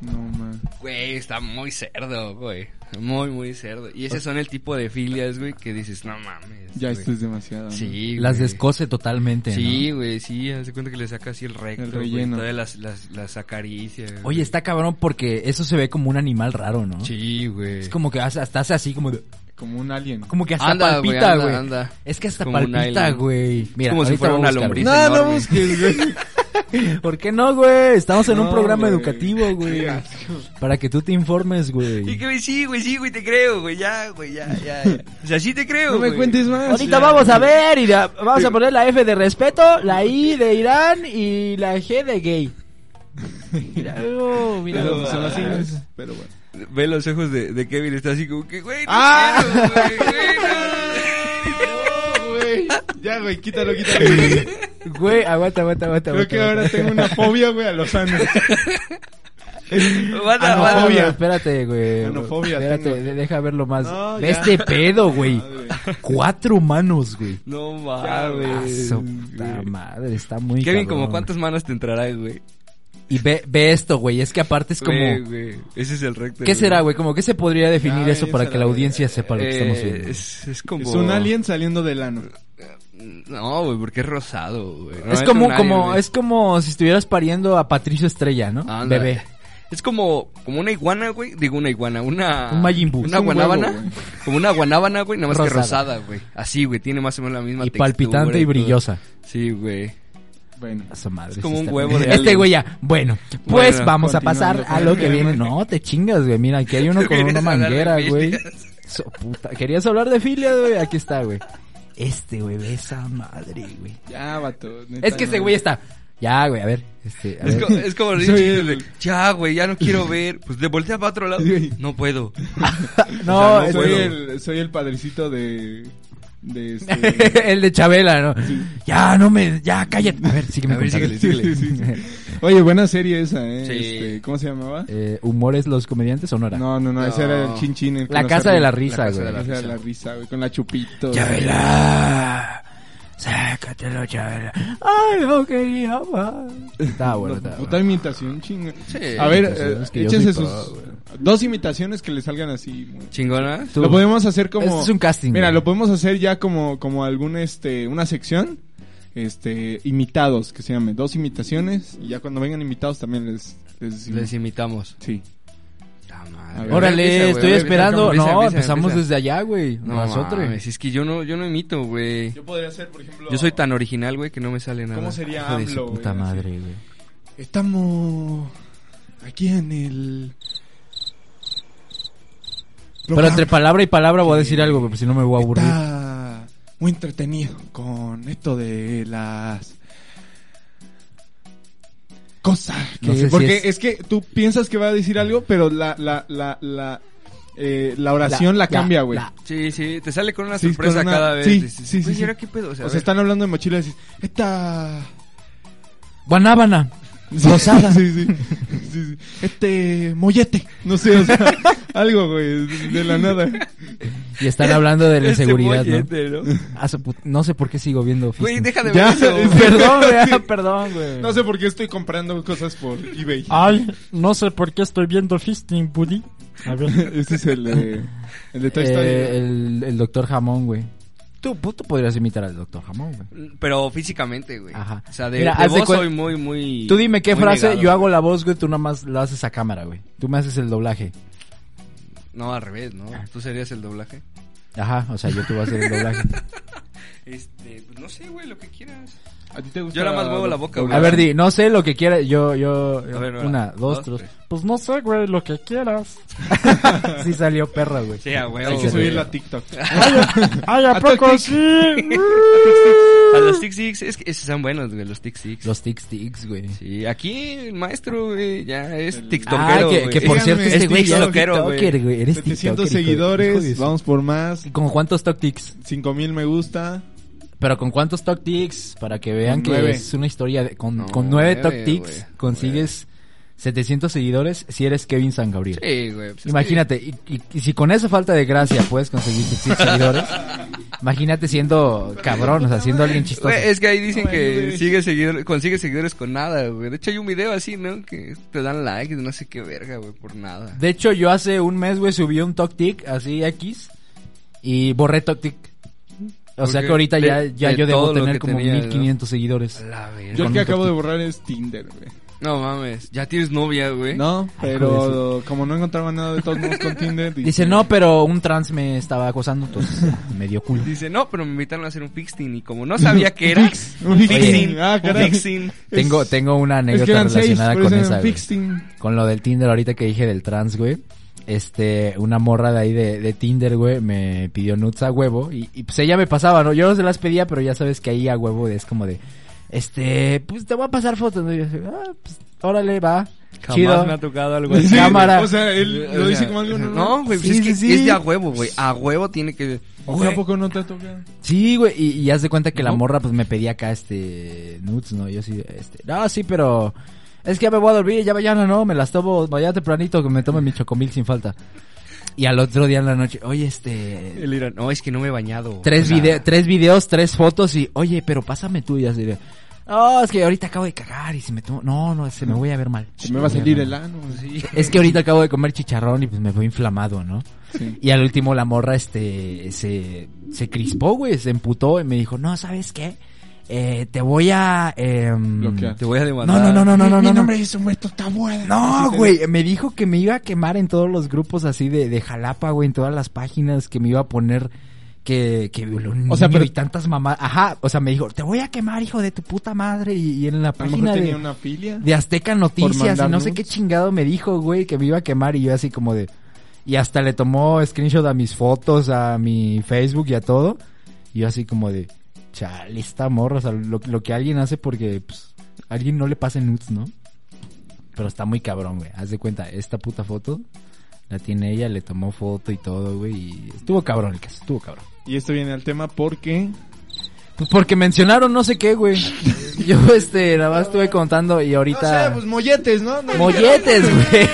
C: No, man.
D: Güey, está muy cerdo, güey. Muy, muy cerdo. Y ese son el tipo de filias, güey, que dices, no mames.
C: Ya
D: güey".
C: esto es demasiado. ¿no?
D: Sí,
A: Las
D: güey.
A: descoce totalmente. ¿no?
D: Sí, güey, sí, hace cuenta que le saca así el recto,
C: El
D: güey,
C: relleno.
D: todavía las, las, las acaricia. güey.
A: Oye, está cabrón porque eso se ve como un animal raro, ¿no?
D: Sí, güey.
A: Es como que hace- hasta hace así como de-
C: Como un alien.
A: como que hasta
D: Anda, güey,
A: palpita,
D: anda,
A: güey.
D: anda.
A: Es que hasta
D: Como un
A: palpita,
D: alien.
A: güey. Mira,
D: como si
A: ahorita
D: fuera
A: voy a
D: una
A: buscar,
D: lombriz.
A: güey.
D: No, no
C: busques, güey.
A: ¿Por qué no, güey? Estamos en un
C: No,
A: programa
C: güey.
A: educativo, güey. Para que tú te informes,
D: Y
A: güey.
D: que, güey, sí, güey, sí, güey, te creo, güey, ya, güey, ya, ya. ya. O sea, sí te creo,
C: No me
D: güey.
C: cuentes más.
A: Ahorita vamos a ver y la- vamos a poner la F de respeto, la I de Irán y la G de gay. Mira, oh, mira.
C: Pero, pues, son las siglas, pero bueno.
D: Ve los ojos de, de Kevin, está así como que, güey, no
C: ¡Ah!
D: quiero, güey,
C: No, güey. Ya, güey, quítalo, quítalo. güey.
A: Güey, aguanta, aguanta, aguanta.
C: Creo
A: aguanta,
C: que
A: aguanta.
C: ahora tengo una fobia, güey, a los anos.
D: güey, no. Manda,
C: no,
D: manda.
A: Aguanta,
C: Anofobia.
A: Ah, Espérate, güey.
C: Anofobia
A: Espérate,
C: tengo.
A: de- deja verlo más.
C: No,
A: Ve
C: ya.
A: este pedo, güey.
C: Madre. Eh,
A: Cuatro manos, güey.
D: No
C: Ya, güey.
A: Ah,
D: mames.
A: su puta
C: eh.
A: madre, está muy
D: Kevin,
A: cabrón.
D: como cuántas manos te entrará, güey.
A: Y ve, ve esto, güey. Es que aparte es como.
D: Güey, güey, Ese es el recto.
A: ¿Qué será, güey? Como que se podría definir
C: Ya,
A: eso para
C: piénsala,
A: que la
C: güey.
A: audiencia sepa lo que
D: Eh,
A: estamos viendo. Es,
D: es, es como.
C: Es un alien saliendo del ano.
D: No, güey, porque es rosado, güey. Normalmente
A: como,
D: un alien,
A: como,
D: güey.
A: es como si estuvieras pariendo a Patricio Estrella, ¿no?
D: Ándale.
A: Bebé.
D: Es como, como una iguana, güey. Digo una iguana, una.
A: Un Majin Buu.
D: Una
A: Es un
D: guanábana.
C: huevo, güey.
D: como una guanábana, güey. Nada más que
A: Rosada.
D: rosada, güey. Así, güey. Tiene más o menos la misma
A: Y
D: textura
A: palpitante y
D: todo.
A: brillosa.
D: Sí, güey.
C: Bueno.
A: A su madre.
D: Es como
A: sí
D: un
A: está-
D: huevo de
A: Este
D: alien.
A: güey ya. Bueno, pues
D: Bueno,
A: vamos a pasar a
C: continuando.
A: lo que viene. No, te chingas, güey. Mira, aquí hay uno con una
D: Vienes a hablar de
A: manguera, güey.
D: filias.
A: Su puta. Querías hablar de filia, güey. Aquí está, güey. Este, güey, ve esa madre, güey.
C: Ya, vato. neta,
A: Es que este
C: no.
A: güey está. Ya, güey, a ver. Este, a
D: Es,
A: ver.
D: co- es como los
C: Soy
D: niños
C: el-
D: chiquitos de, ya, güey, ya no quiero ver. Pues de voltea para otro lado.
C: Sí, güey.
D: No puedo.
A: no,
D: o sea, no
A: es-
C: soy,
D: puedo.
C: el, soy el padrecito de. de este-
A: el de Chabela, ¿no? Ya, no me. Ya, cállate. A ver, sígueme.
D: A ver,
A: contando.
D: síguele, síguele.
C: Sí, sí, sí. Oye, buena serie esa, ¿eh?
D: Sí.
C: Este, ¿Cómo se llamaba?
A: Eh, ¿Humores los comediantes o no era?
C: No, no, no, ese era el
D: No.
C: chin chin. el que
A: La
C: nos
A: casa de la
C: arriba.
A: risa,
D: La Casa de
A: güey.
D: la
C: La casa de
D: risa.
C: la risa, güey, con la chupito.
A: Chabela. Sácatelo, Chabela. Ay, no quería más. Estaba bueno,
C: Puta
A: estaba
C: puta
A: bueno.
C: imitación chinga.
D: Sí.
C: A ver,
A: imitaciones
C: eh,
A: que yo
C: échense
A: soy
C: sus
A: pro, güey.
C: dos imitaciones que le salgan así. güey.
D: ¿Chingona?
A: Tú.
C: Lo podemos hacer como
A: Este es un casting,
C: Mira,
A: güey.
C: lo podemos hacer ya como como algún este una sección este imitados que se llame dos imitaciones y ya cuando vengan invitados también les les,
D: Les imitamos.
C: Sí.
D: La
C: A
D: madre.
C: ver.
A: Órale,
D: Empieza, güey,
A: estoy
D: empieza,
A: esperando.
D: empieza,
A: no,
D: empieza,
A: empezamos
D: empieza.
A: desde allá, güey.
D: No,
A: Nosotros.
D: mames, es que yo no, yo no imito, güey.
C: Yo podría hacer, por ejemplo,
D: Yo soy tan original, güey, que no me sale nada.
C: ¿Cómo sería
D: Hijo de su
C: AMLO,
D: puta
A: Puta
C: güey?
A: madre, güey.
C: Estamos aquí en el
A: Pero entre palabra y palabra voy a decir algo, güey, porque si no me voy a aburrir.
C: Está muy entretenido con esto de las cosas. Que,
A: No sé si
C: porque
A: es-
C: es... que tú piensas que va a decir algo, pero la, la, la, la, eh, la oración la, cambia, güey.
A: la-
D: Sí, sí, te sale con una
C: Sí,
D: sorpresa
C: con una-
D: cada vez.
C: sí,
D: Dices,
C: sí, sí,
D: "Güey,
C: sí.
D: ¿y ahora qué pedo? O sea,
C: O sea, están hablando de mochila y dices, esta...
A: Guanábana.
C: Rosada. sí, sí, Sí, sí. Este mollete. No sé, o sea, algo, güey, de la nada.
A: Y están hablando de la
D: Ese
A: inseguridad, ¿no?
D: mollete, ¿no?
A: Ah, su put- No sé por qué sigo viendo
D: Güey,
A: Fist.
D: deja de
C: Ya,
D: ver eso.
C: es-
A: Perdón, güey. ah, Perdón, güey.
C: No sé por qué estoy comprando cosas por eBay.
A: Ah.
F: Ay, no sé por qué estoy viendo Fisting Buddy. A ver.
C: Ese es el, eh, el de Toy Story.
A: Eh, el, el doctor Jamón, güey. Tú, pues, tú podrías imitar al doctor Jamón, güey.
D: Pero físicamente, güey.
A: Ajá.
D: O sea, de,
A: Mira,
D: de
A: haz de
D: voz
A: cuen-
D: soy muy, muy.
A: Tú dime qué
D: muy
A: frase, yo
D: negado, güey.
A: hago la voz, güey, tú nada más la haces a cámara, güey. Tú me haces el doblaje.
D: No, al revés, ¿no? Tú serías el doblaje.
A: Ajá, o sea, yo te voy a hacer el doblaje.
D: Este, pues no sé, güey, lo que quieras.
C: ¿A ti te gusta?
D: Yo nada más muevo la boca, güey.
A: A ver, di, no sé lo que quiera, yo, yo,
D: A ver,
A: una,
D: va.
A: dos,
D: Dos,
A: tres.
F: Pues no sé, güey, lo que quieras.
A: sí salió perra, güey.
D: Sí, a huevo.
A: Hay
C: Hay
A: que
C: que
A: Sí, subir
C: subirla
A: la
C: a TikTok.
F: Ay, ¿a
C: A tu
F: poco
C: tic.
F: sí?
D: A los Tic Six, es que esos son buenos, güey, los Tic Six.
A: Los tic tics, güey.
D: Sí, aquí el maestro, güey, ya es
C: El-
A: Ah,
D: tiktokero,
A: que,
D: güey.
A: que por
C: Díganme,
A: cierto, este
D: es
A: güey ya es
D: tiktokero, güey.
A: tiktoker, güey. Eres
C: 700
A: tiktoker, hijo de- hijo de
C: seguidores,
A: su-
C: vamos por más.
A: ¿Y ¿Con cuántos toc tics?
C: 5000 me gusta.
A: Pero con cuántos toc tics, para que vean
C: Con
A: que
C: nueve.
A: es una historia de, con,
D: No,
A: con nueve toc
D: nueve,
A: tics
D: güey.
A: consigues 700 seguidores si eres Kevin San Gabriel.
D: Sí, güey. pues es
A: Imagínate, y, y- y si con esa falta de gracia puedes conseguir 700 seguidores, imagínate siendo cabrón, o sea, siendo alguien
D: que-
A: chistoso.
D: Güey, es que ahí dicen
C: Ay,
D: que
C: güey.
D: sigue seguidor, consigue seguidores con nada, güey. De hecho, hay un video así, ¿no? Que te dan like, no sé qué verga, güey, por nada.
A: De hecho, yo hace un mes, güey, subí un TokTik así X y borré TokTik. O sea
D: Porque
A: que ahorita
D: de-
A: ya, ya
D: de
A: yo
D: todo
A: debo
D: lo
A: tener
D: que
A: como
D: tenía, ¿no?
A: 1500 seguidores.
D: La verga.
C: Yo el
A: Con
C: que
A: un
C: acabo
A: toc-tic.
C: de borrar es Tinder, güey.
D: No mames, ya tienes novia, güey.
C: No,
A: hijo
C: pero como no encontraba nada de todos modos con Tinder, dije,
A: Dice, no, pero un trans me estaba acosando, entonces me dio culo.
D: Dice, no, pero me invitaron a hacer un fixing y como no sabía qué era.
C: un fixing.
D: Fixing.
C: Ah,
D: un
C: caray.
D: fixing.
A: Tengo, tengo una
C: Es que
A: anécdota
C: eran seis,
A: relacionada
C: por
A: con
C: eso
A: esa,
C: eran
A: güey.
C: fixing.
A: Con lo del Tinder ahorita que dije del trans, güey. Este, una morra de ahí de, de Tinder, güey, me pidió nuts a huevo. Y, y, pues ella me pasaba, ¿no? Yo no se las pedía, pero ya sabes que ahí a huevo es como de... Este, pues te voy a pasar fotos, ¿no? Y yo así, ah, pues, órale, va.
D: Jamás
A: Chido.
D: me ha tocado algo
A: Pues
D: así.
C: Sí,
A: cámara.
C: O sea, él
D: O
C: lo
D: sea,
C: dice como algo
D: No,
C: normal.
D: güey, pues
A: Sí,
D: es que
A: sí, sí.
D: es de a huevo, güey. A huevo tiene que.
C: ¿O
D: Güey,
C: tampoco no te ha tocado?
A: Sí, güey, y, y haz de cuenta que la
D: No.
A: morra pues me pedía acá este nuts, ¿no? Yo sí, este, no, sí, pero es que ya me voy a dormir, ya mañana no, me las tomo, mañana tempranito que me tome mi chocomil sin falta. Y al otro día en la noche, oye, este,
D: El Irán, no, es que no me he bañado.
A: tres,
D: O sea,
A: vide- tres videos, tres fotos y, oye, pero pásame tú, y así de, no, es que ahorita acabo de cagar y se me tomo, no, no, se me voy a ver mal.
C: Se me va a salir
A: Ya,
C: el
A: no.
C: ano. Sí.
A: Es que ahorita acabo de comer chicharrón y pues me voy inflamado, ¿no?
C: Sí.
A: Y al último la morra este se, se crispó, güey, se emputó y me dijo, no, ¿sabes qué? Eh, te voy a... em,
C: Bloquear.
D: Te voy a
A: no,
D: demandar.
A: no, no, no, no, no,
C: Mi
A: no.
C: nombre es Humberto Tabuada.
A: No, güey, me dijo que me iba a quemar en todos los grupos así de, de Jalapa, güey, en todas las páginas, que me iba a poner que, que violó un
C: O sea,
A: niño
C: pero-
A: y tantas mamás. Ajá, o sea, me dijo, te voy a quemar, hijo de tu puta madre. Y, y en la
C: A lo mejor
A: página de,
C: tenía una filia.
A: de Azteca
C: Por
A: Noticias y
C: mandar
A: no sé
C: nudes.
A: qué chingado me dijo, güey, que me iba a quemar y yo así como de... Y hasta le tomó screenshot a mis fotos, a mi Facebook y a todo. Y yo así como de... Chale, esta morra, o sea, lo, lo que alguien hace porque... pues, alguien no le pase nudes, ¿no? Pero está muy cabrón, güey. Haz de cuenta, esta puta foto la tiene ella, le tomó foto y todo, güey. Y estuvo cabrón el caso, estuvo cabrón.
C: Y esto viene al tema porque...
A: Pues porque mencionaron no sé qué, güey. Yo, este, nada más estuve contando y ahorita...
C: No sé, pues molletes, ¿no? No,
A: molletes, güey.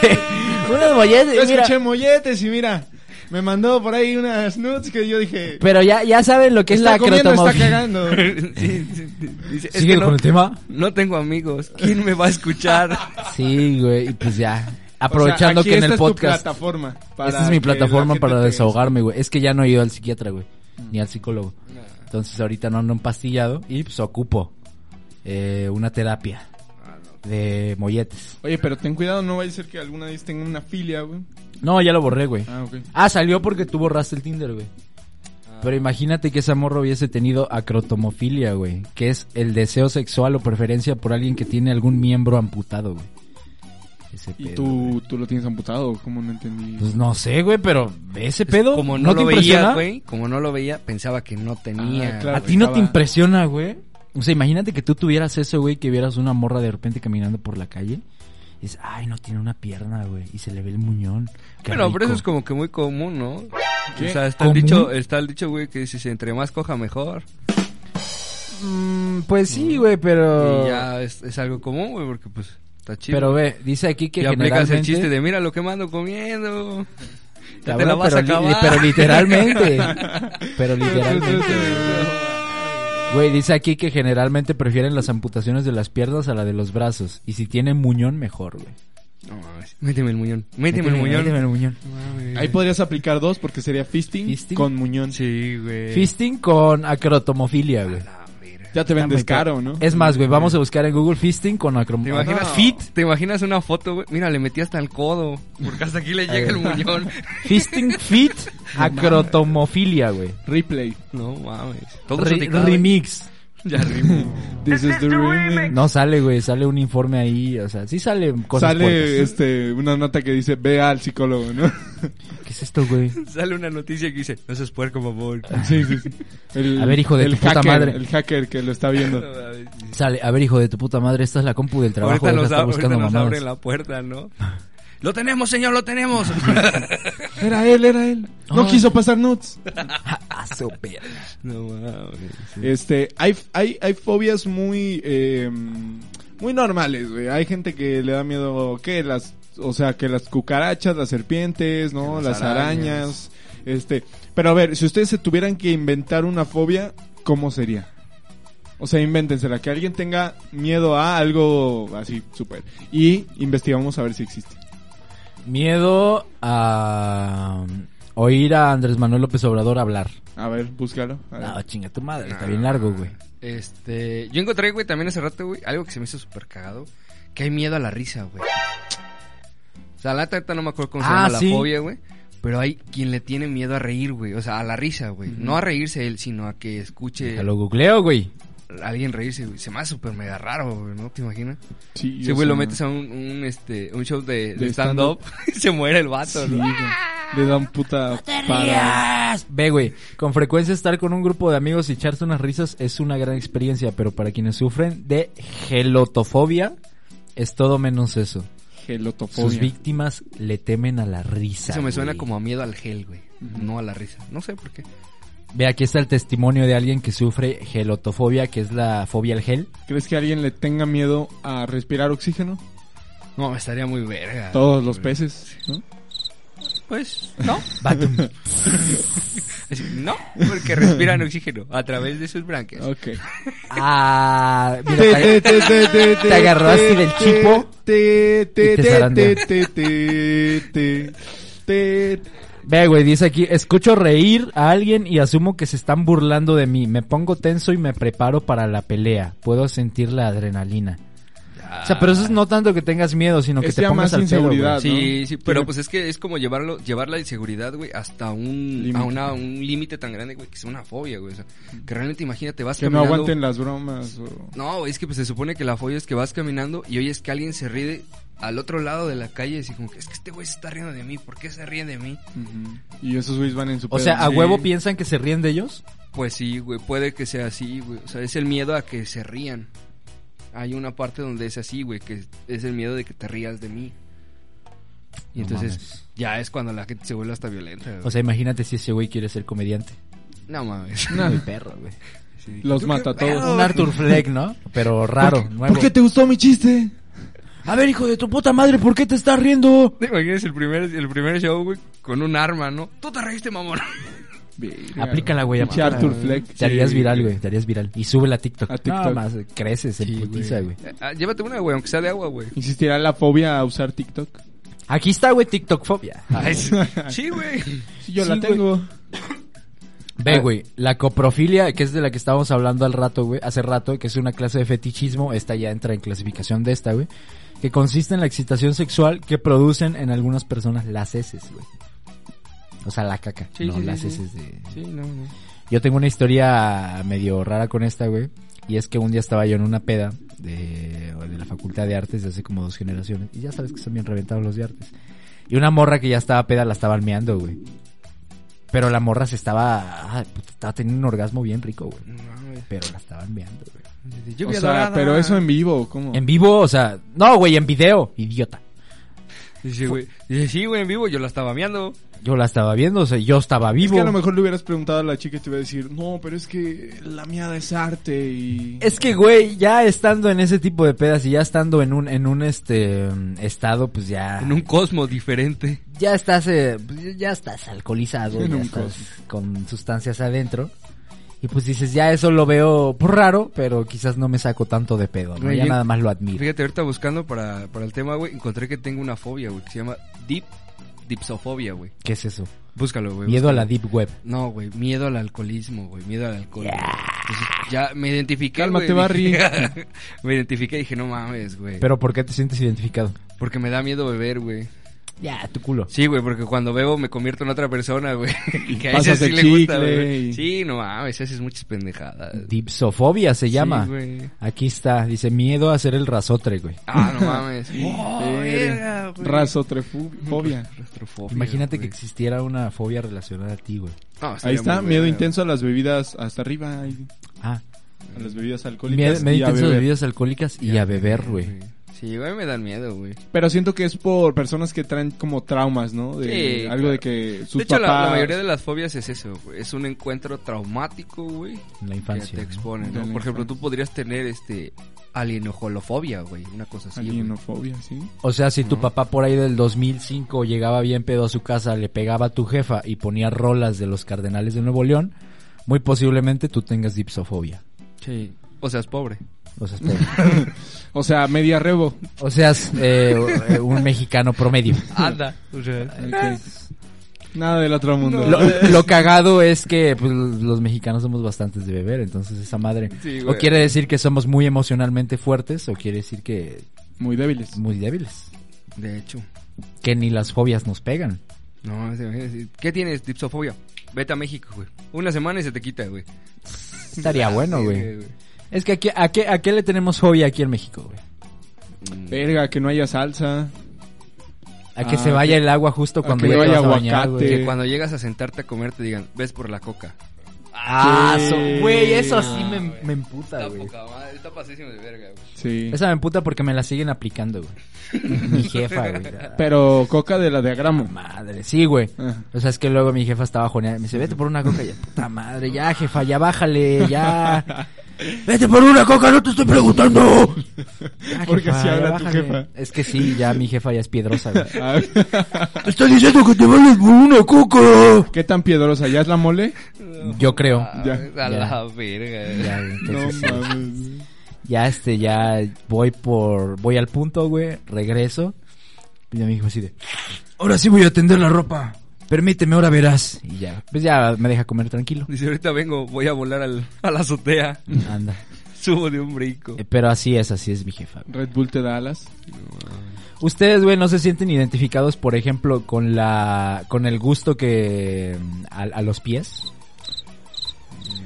A: Unos
C: Yo
A: molletes, mira.
C: escuché molletes y mira, me mandó por ahí unas nudes que yo dije...
A: Pero ya, ya saben lo que es
C: está
A: la
C: comiendo, está
A: crotomofilia.
C: cagando. Este,
D: Sí, sí, sí. Dice, es
A: ¿Sigue
D: que no,
A: con el tema?
D: no tengo amigos. ¿Quién me va a escuchar?
A: Sí, güey, y pues ya.
C: O sea,
A: Aprovechando
C: aquí
A: que en el
C: esta
A: podcast...
C: Es tu plataforma para
A: Esta es mi
C: que la
A: plataforma
C: gente
A: para
C: te- Mm.
A: desahogarme, güey. Es que ya no he ido al psiquiatra, güey. Ni al psicólogo. Entonces ahorita no ando empastillado y pues ocupo eh, una terapia
C: Ah,
A: de molletes.
C: Oye, pero ten cuidado, no vaya a ser que alguna vez tenga una filia, güey.
A: No, ya lo borré, güey.
C: Ah, ok.
A: Ah, salió porque tú borraste el Tinder, güey.
D: Ah.
A: Pero imagínate que esa morra hubiese tenido acrotomofilia, güey. Que es el deseo sexual o preferencia por alguien que tiene algún miembro amputado, güey. Ese
C: ¿Y
A: pedo, güey.
C: tú, tú lo tienes amputado? ¿Cómo no entendí?
A: Pues no sé, güey, pero ese pedo.
D: Como no,
A: te
D: lo
A: impresiona?
D: veía, güey. Como no lo veía, pensaba que no tenía.
C: Ah, claro.
A: ¿A ti no te
C: estaba-
A: impresiona, güey? O sea, imagínate que tú tuvieras eso, güey, que vieras una morra de repente caminando por la calle. Y dices, ay, no tiene una pierna, güey. Y se le ve el muñón. Qué
D: Bueno, pero
A: rico".
D: eso es como que muy común, ¿no?
C: ¿Qué?
D: O sea, está el,
A: ¿Común?
D: dicho, está el dicho, güey, que dices, entre más coja, mejor.
A: Mm, pues sí, güey, pero...
D: Y ya es, es algo común, güey, porque pues está chido.
A: Oh. Pero ve, dice aquí que
D: y aplicas el
A: generalmente-
D: chiste de, mira lo que me ando comiendo. Ya te
A: Cabrón,
D: la vas a
A: pero li-
D: acabar.
A: pero literalmente. pero literalmente. Güey, dice aquí que generalmente prefieren las amputaciones de las piernas a la de los brazos. Y si tiene muñón, mejor, güey.
D: No mames, méteme el muñón. Méteme el muñón.
A: Méteme el muñón.
C: Ahí podrías aplicar dos porque sería fisting,
A: eh. Fisting.
C: con muñón.
D: Sí, güey.
A: Fisting con acrotomofilia, güey.
D: Ah, mira.
C: Ya te vendes caro, ¿no?
A: Es más, güey, vamos a buscar en Google fisting con Ah.
D: ¿Te
A: acromofilia.
D: imaginas, ¿Te imaginas una foto, güey? Mira, le metí hasta el codo. Porque hasta aquí le llega el muñón.
A: Fisting fit acrotomofilia, güey.
C: Replay.
D: No mames.
A: Re-
D: salpicado, güey.
A: remix.
D: Ya remix.
C: This is the remix.
A: No sale, güey, sale un informe ahí, o sea, sí sale cosas
C: Sale
A: puercas.
C: este una nota que dice ve al psicólogo, ¿no?
A: ¿Qué es esto, güey?
D: Sale una noticia que dice, no seas puerco, mamón.
C: sí, sí, sí. El-
A: A ver, hijo de
C: el
A: tu puta
C: hacker,
A: madre.
C: El hacker que lo está viendo.
A: Sale, a ver, hijo de tu puta madre, esta es la compu del trabajo,
D: ahorita
A: deja de
D: nos,
A: estar
D: ab- ahorita
A: buscando
D: nos
A: mamadas.
D: abren la puerta, ¿no? ¡Lo tenemos, señor! ¡Lo tenemos!
C: Era él, era él. No
A: Ay.
C: quiso pasar nudes.
A: Ah, su perra.
D: no mames.
C: Este, hay, hay, hay fobias muy, eh, muy normales, güey. Hay gente que le da miedo, ¿qué? Las, o sea, que las cucarachas, las serpientes, ¿no?
D: Que
C: Las
D: las
C: arañas. Este, pero a ver, si ustedes se tuvieran que inventar una fobia, ¿cómo sería? O sea, invéntensela, que alguien tenga miedo a algo así, súper. Y investigamos a ver si existe.
A: Miedo a oír a Andrés Manuel López Obrador hablar.
C: A ver, búscalo. A ver.
D: Ah,
A: No, chinga tu madre, está bien largo, güey.
D: Este, yo encontré, güey, también hace rato, güey, algo que se me hizo súper cagado. Que hay miedo a la risa, güey. O sea, la neta ahorita no me acuerdo cómo se
A: Ah,
D: llama
A: sí.
D: la fobia, güey. Pero hay quien le tiene miedo a reír, güey. O sea, a la risa, güey. No a reírse él, sino a que escuche
A: Te lo googleo, güey.
D: a alguien reírse, güey. Se me hace súper mega raro, güey, ¿no? ¿Te imaginas?
C: Sí,
D: Sí, güey,
C: eso
D: lo
C: no.
D: metes a un, un, este, un show
C: De
D: de, de stand-up y se muere el vato,
C: Sí,
D: ¿no?
C: güey. Le dan puta para.
A: Ve, güey, con frecuencia estar con un grupo de amigos y echarse unas risas es una gran experiencia, pero para quienes sufren de gelotofobia es todo menos eso.
C: Gelotofobia.
A: Sus víctimas le temen a la risa.
D: Eso me suena
A: güey.
D: como a miedo al gel, güey. No a la risa. No sé por qué.
A: Ve, aquí está el testimonio de alguien que sufre gelotofobia, que es la fobia al gel.
C: ¿Crees que alguien le tenga miedo a respirar oxígeno?
D: No, estaría muy verga.
C: Todos los peces, ¿no?
D: Pues, no. Así, no, porque respiran oxígeno a través de sus branquias.
C: Ok.
A: Ah, mira,
C: Te,
A: para-
C: te, te, te, te, te,
A: agarró así
C: te,
A: del
C: te,
A: chipo
C: te, te,
A: y te
C: te,
A: zarandeó.
C: te, te, te, te, te.
A: Ve, güey, dice aquí, escucho reír a alguien y asumo que se están burlando de mí. Me pongo tenso y me preparo para la pelea. Puedo sentir la adrenalina. O sea, pero eso es no tanto que tengas miedo, sino que
C: Es
A: te
C: ya
A: pongas
C: más
A: al pedo, güey.
C: inseguridad,
D: Sí,
C: Ah, ¿no?
D: sí, pero
C: Tiene-
D: pues es que es como llevarlo, llevar la inseguridad, güey, hasta un,
C: Límite.
D: a una, un límite tan grande, güey, que es una fobia, güey. O sea, que realmente imagínate, vas
C: Que no
D: caminando-
C: aguanten las bromas. o-
D: No, güey, es que pues, se supone que la fobia es que vas caminando y oyes que alguien se ríe de- al otro lado de la calle y así como que es que este güey se está riendo de mí, ¿por qué se ríe de mí?
C: Ujú. Y esos güeyes van en su
A: O
C: pedo.
A: sea, ¿a
C: Sí.
A: huevo piensan que se ríen de ellos?
D: Pues sí, güey, puede que sea así, güey. O sea, es el miedo a que se rían. hay una parte donde es así, güey, que es el miedo de que te rías de mí. Y
A: No
D: entonces
A: mames.
D: ya es cuando la gente se vuelve hasta violenta. güey.
A: O sea, imagínate si ese güey quiere ser comediante.
D: no mames.
A: Mi perro, güey.
D: Sí.
C: Los
D: ¿Tú qué
C: mata a todos.
D: pedo?
A: Un Arthur Fleck, ¿no? Pero raro, nuevo.
C: ¿Por qué te gustó mi chiste?
A: A ver, hijo de tu puta madre, ¿por qué te estás riendo?
D: ¿Te imaginas el primer, el primer show, güey, con un arma, no? Tú te reíste, mamón.
A: Aplícala, güey.
C: Pinche
A: aplícala,
C: Arthur
A: güey.
C: Fleck.
A: Te harías viral, güey. Te harías viral. Y súbela a TikTok.
C: A TikTok.
A: No, más, creces en putiza, güey.
D: Ah, Llévate una, güey, aunque sea de agua, güey.
C: ¿Insistirá la fobia a usar TikTok?
A: Aquí está, güey, TikTok fobia.
D: Ay, sí, sí, güey.
C: Sí, yo
A: Sí,
C: la
A: güey.
C: tengo.
A: Ve, güey, la coprofilia, que es de la que estábamos hablando al rato, güey, hace rato, que es una clase de fetichismo, esta ya entra en clasificación de esta, güey, que consiste en la excitación sexual que producen en algunas personas las heces, güey. O sea, la caca,
D: Sí,
A: no
D: sí, sí,
A: las
D: sí.
A: heces de...
D: Sí, no, no.
A: Yo tengo una historia medio rara con esta, güey. Y es que un día estaba yo en una peda de, de la Facultad de Artes de hace como dos generaciones. Y ya sabes que son bien reventados los de artes. Y una morra que ya estaba peda la estaba almeando, güey. Pero la morra se estaba... ah, puta, estaba teniendo un orgasmo bien rico, güey.
D: No mames.
A: Pero la estaba almeando, güey.
D: Lluvia
C: O sea,
D: dorada.
C: pero eso en vivo, ¿cómo?
A: En vivo, o sea... No, güey, en video. Idiota.
D: Dice, güey. Dice, sí, güey, en vivo yo la estaba meando.
A: Yo la estaba viendo, o sea, yo estaba
C: Es
A: vivo.
C: que a lo mejor le hubieras preguntado a la chica y te iba a decir, no, pero es que la miada es arte y...
A: Es que, güey, ya estando en ese tipo de pedas y ya estando en un, en un, este, estado, pues ya...
D: En un cosmos diferente.
A: ya estás eh, pues, ya estás alcoholizado,
C: En
A: ya
C: un
A: estás con sustancias adentro. Y pues dices, ya eso lo veo por raro, pero quizás no me saco tanto de pedo, ¿no?
D: Güey,
A: Ya
D: yo-
A: nada más lo admiro.
D: Fíjate, ahorita buscando para, para el tema, güey, encontré que tengo una fobia, güey, que se llama deep, dipsofobia, güey.
A: ¿Qué es eso?
D: Búscalo, güey.
A: Miedo a
D: búscalo.
A: la deep web.
D: No, güey, miedo al alcoholismo, güey, miedo al alcohol. güey. Entonces, ya me identifiqué,
C: Cálmate,
D: güey, dije-
C: Barry.
D: me identifiqué y dije, no mames, güey.
A: Pero ¿por qué te sientes identificado?
D: Porque me da miedo beber, güey.
A: Ya, tu culo.
D: Sí, güey, porque cuando bebo me convierto en otra persona, güey. que a
C: Pasas de
D: ese sí le gusta,
C: chicle
D: güey.
C: y-
D: Sí, no mames, haces muchas pendejadas.
A: Dipsofobia se
D: Sí,
A: llama.
D: güey.
A: Aquí está, dice miedo a hacer el rasotre, güey.
D: Ah, no mames. oh, verga,
C: Verga,
D: güey.
C: Rasotrefobia.
D: Rastrofobia,
A: Imagínate que
D: güey.
A: existiera una fobia relacionada a ti, güey.
D: No,
C: Ahí
D: estaría
C: está,
D: muy
C: miedo
D: verga.
C: intenso a las bebidas hasta arriba, ahí,
A: Ah,
C: a las bebidas
A: miedo,
C: alcohólicas
A: miedo
C: y a
A: intenso de
C: beber.
A: bebidas alcohólicas y a beber, güey.
D: Sí, güey, me dan miedo, güey.
C: Pero siento que es por personas que traen como traumas, ¿no? De,
D: Sí,
C: algo
D: claro.
C: de que sus
D: de hecho, la- la,
C: papás-
D: mayoría de las fobias es eso, güey. Es un encuentro traumático, güey.
A: En la
D: Que
A: infancia. ¿no?
D: te expone,
C: De
D: ¿no?
C: la
D: Por ejemplo,
C: infancia.
D: tú podrías tener, este, alienojolofobia, güey. Una cosa así, güey.
C: Alienofobia, sí.
A: O sea, si tu papá por ahí del 2005 llegaba bien pedo a su casa, le pegaba a tu jefa y ponía rolas de los Cardenales de Nuevo León, muy posiblemente tú tengas dipsofobia.
D: Sí. O sea, es pobre.
A: O sea, este-
C: O sea, media rebo.
A: o seas, eh, eh, un mexicano promedio.
D: Anda. O sea,
C: Nada del otro mundo.
A: Lo, lo cagado es que pues, los mexicanos somos bastantes de beber, entonces esa madre...
D: Sí,
A: o
D: güey.
A: quiere decir que somos muy emocionalmente fuertes o quiere decir que
C: Muy débiles.
A: muy débiles.
D: de hecho.
A: Que ni las fobias nos pegan.
D: No, se me decir, ¿Qué tienes, dipsofobia? Vete a México, güey. Una semana y se te quita, güey.
C: Ah,
A: Estaría bueno,
D: Sí,
A: güey. Es que aquí, ¿a, qué, ¿a qué le tenemos fobia aquí en México, güey?
D: Mm.
C: Verga, que no haya salsa.
A: A que
C: Ah,
A: se vaya
C: que-
A: el agua justo
C: a
A: cuando
C: que
A: ya
C: no
A: te
C: haya
A: vas a bañar,
C: aguacate.
A: güey.
D: Que cuando llegas a sentarte a comer te digan, ves por la coca.
A: Ah,
C: Sí. Ah,
A: so- güey, eso sí me, me emputa,
D: Está
A: güey.
D: poca madre, está pasísimo de verga, güey.
C: Sí.
A: Esa me emputa porque me la siguen aplicando, güey. Mi jefa, güey. la-
C: Pero coca de la de a gramo.
A: Madre, sí, güey.
C: Ah.
A: O sea, es que luego mi jefa estaba joneada. Me dice, vete por una coca. Ya, puta madre, ya, jefa, ya bájale, ya. Vete por una coca, no te estoy preguntando. Ya,
C: Porque así
A: ya
C: habla tu
A: bájale.
C: jefa.
A: Es que sí, ya mi jefa ya es piedrosa, güey.
C: Ah,
A: Te estoy diciendo que te vayas por una coca.
C: ¿Qué tan piedrosa? ¿Ya es la mole?
A: Yo creo.
C: Ya.
D: A la verga, güey.
A: Ya, güey,
C: No
A: entonces, sí.
C: mames.
A: Ya este, ya voy por, voy al punto, güey, regreso. Y ya me dijo así de, ahora sí voy a tender la ropa. Permíteme, ahora verás. Y ya, pues ya me deja comer tranquilo.
D: Dice, ahorita vengo, voy a volar al, a la azotea.
A: Anda.
D: Subo de un brinco.
A: Eh, Pero así es, así es mi jefa. güey.
C: Red Bull te da alas.
A: Ustedes, güey, no se sienten identificados, por ejemplo, con la, con el gusto que, mm, a, a los pies.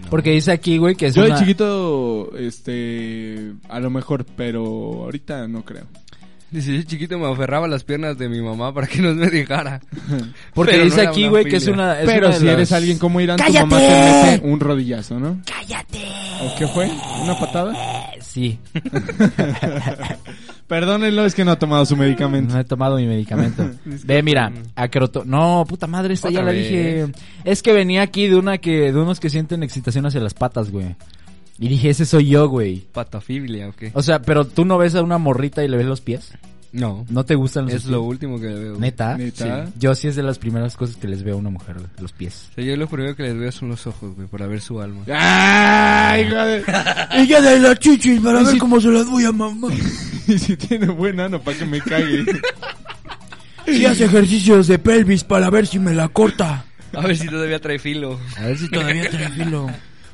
A: Porque dice aquí, güey, que es
C: Yo de
A: una-
C: chiquito, este, a lo mejor, pero ahorita no creo.
D: Dice, yo chiquito me aferraba a las piernas de mi mamá para que no me dejara.
A: porque
D: Pero no
A: dice
D: era
A: aquí,
D: una
A: güey, que es
D: filia.
A: una, es
C: pero
A: una de
C: si eres
A: las-
C: alguien como Irán, tu mamá te mete un rodillazo, ¿no? ¡Cállate! ¿O qué fue? ¿Una patada?
A: Sí,
C: Perdónenlo, es que no ha tomado su medicamento.
A: no he tomado mi medicamento. Ve, mira, acroto... No, puta madre, esta ya
D: Otra
A: la dije. Es que venía aquí de una que de unos que sienten excitación hacia las patas, güey. Y dije, ese soy yo, güey.
D: Patafilia, ¿o qué?
A: O sea, pero tú no ves a una morrita y le ves los pies.
D: No.
A: No te gustan los
D: Es
A: pies?
D: lo último que le veo. güey.
A: Neta.
C: Neta.
A: Sí. Yo sí es de las primeras cosas que les veo a una mujer, güey, los pies.
D: O sea, yo lo primero que les veo son los ojos, güey, para ver su alma.
C: ¡Ay, joder!
E: Ella de la chichis para ver cómo se las voy a mamá.
C: Y si tiene buen ano, para que me cague.
E: Si hace ejercicios de pelvis para ver si me la corta.
D: A ver si todavía trae filo.
E: A ver si todavía tranquilo.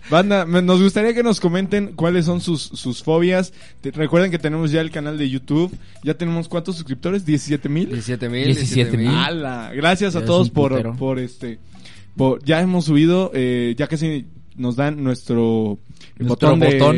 C: Banda, me- nos gustaría que nos comenten cuáles son sus, sus fobias. Te- recuerden que tenemos ya el canal de YouTube. Ya tenemos cuántos suscriptores, 17 mil.
D: 17 mil.
A: 17,000.
C: ¡Hala! Gracias
A: Ya
C: a
A: es
C: todos
A: un
C: por,
A: putero.
C: por este. por- ya hemos subido, eh, ya casi nos dan nuestro,
A: Nuestro
C: botón, de-
A: botón.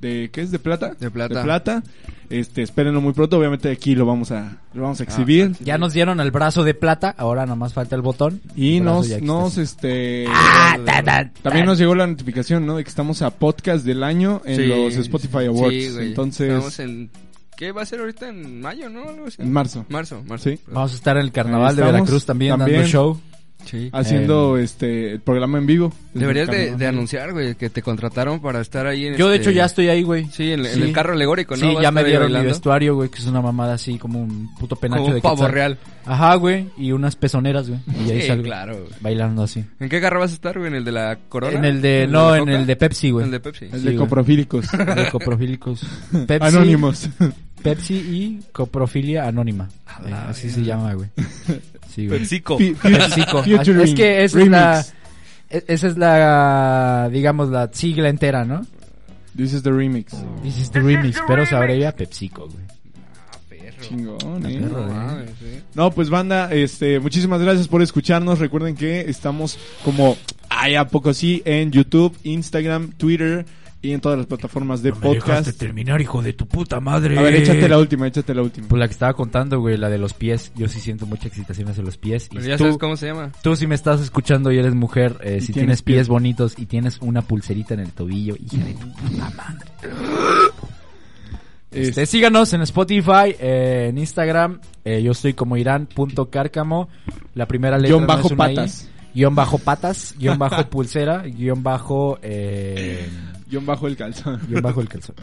C: De, ¿Qué es? ¿De plata?
D: De plata.
C: Este, espérenlo muy pronto. Obviamente aquí lo vamos a, lo
A: Ah,
C: vamos a exhibir.
A: Ya nos dieron el brazo de plata, ahora nada más falta el botón.
C: y
A: El brazo
C: nos,
A: ya existe.
C: nos, este.
E: Ah, ta, ta, ta.
C: También nos llegó la notificación, ¿no? De que estamos a podcast del año en
D: Sí.
C: los Spotify Awards.
D: Sí, güey. Estamos
C: Entonces,
D: en... ¿Qué va a ser ahorita? ¿En mayo, no? Algo así.
C: en marzo,
D: Marzo, marzo.
C: Sí.
D: perdón.
A: Vamos a estar en el carnaval
C: Ahí
A: de
C: estamos,
A: Veracruz también,
C: también.
A: dando show.
D: Sí.
C: haciendo este el programa en vivo.
D: Deberías de,
C: Carnaval.
D: de anunciar, güey, que te contrataron para estar ahí en
A: Yo de
D: este-
A: hecho ya estoy ahí, güey.
D: Sí, en, en el carro alegórico, ¿no?
A: Sí,
D: Vas a
A: ya
D: estar
A: me
D: ahí
A: dieron mi
D: bailando.
A: vestuario, güey, que es una mamada así como un puto penacho
D: Como un
A: de
D: pavo
A: quetzal.
D: real.
A: Ajá, güey, y unas pezoneras, güey. Y ahí
D: Sí,
A: salgo
D: claro, güey.
A: bailando así.
D: ¿En qué carro vas a estar, güey? ¿En el de la Corona?
A: En el de
D: la
A: no, en
D: Coca?
A: el de Pepsi, güey.
D: El de Pepsi.
C: El
A: Sí,
C: de
A: güey.
C: coprofílicos.
A: De coprofílicos. Pepsi,
C: Anónimos.
A: Pepsi y coprofilia anónima. Eh,
D: la
A: así se llama, güey. Sí, güey.
D: Pepsico.
C: Fu-
A: Pepsico.
C: Featuring,
A: Es que esa es
C: remix.
A: la e- esa es la digamos la sigla entera, ¿no?
C: This is the remix.
A: This is the remix, pero se abrevia Pepsico, güey.
C: Chingón, eh.
A: perro, güey.
C: No, pues banda, este, muchísimas gracias por escucharnos. Recuerden que estamos como ay a poco sí en YouTube, Instagram, Twitter y en todas las plataformas de podcast.
E: terminar, hijo de tu puta madre.
C: A ver, échate la última, échate la última.
A: Pues la que estaba contando, güey, la de los pies. Yo sí siento mucha excitación hacia los pies. Y
D: Pero ya
A: tú,
D: sabes cómo se llama.
A: tú si me estás escuchando y eres mujer, eh, si
C: tienes
A: tienes
C: pies.
A: pies bonitos y tienes una pulserita en el tobillo, hija de tu puta madre. Este, síganos en Spotify, eh, en Instagram. eh, yo estoy como irán.cárcamo. La primera letra
C: Guión
A: no
C: bajo
A: es una I.
C: patas.
A: Guión bajo patas. Guión bajo pulsera. Guión bajo... Eh,
C: Yo bajo el calzón.
A: guión bajo el calzón.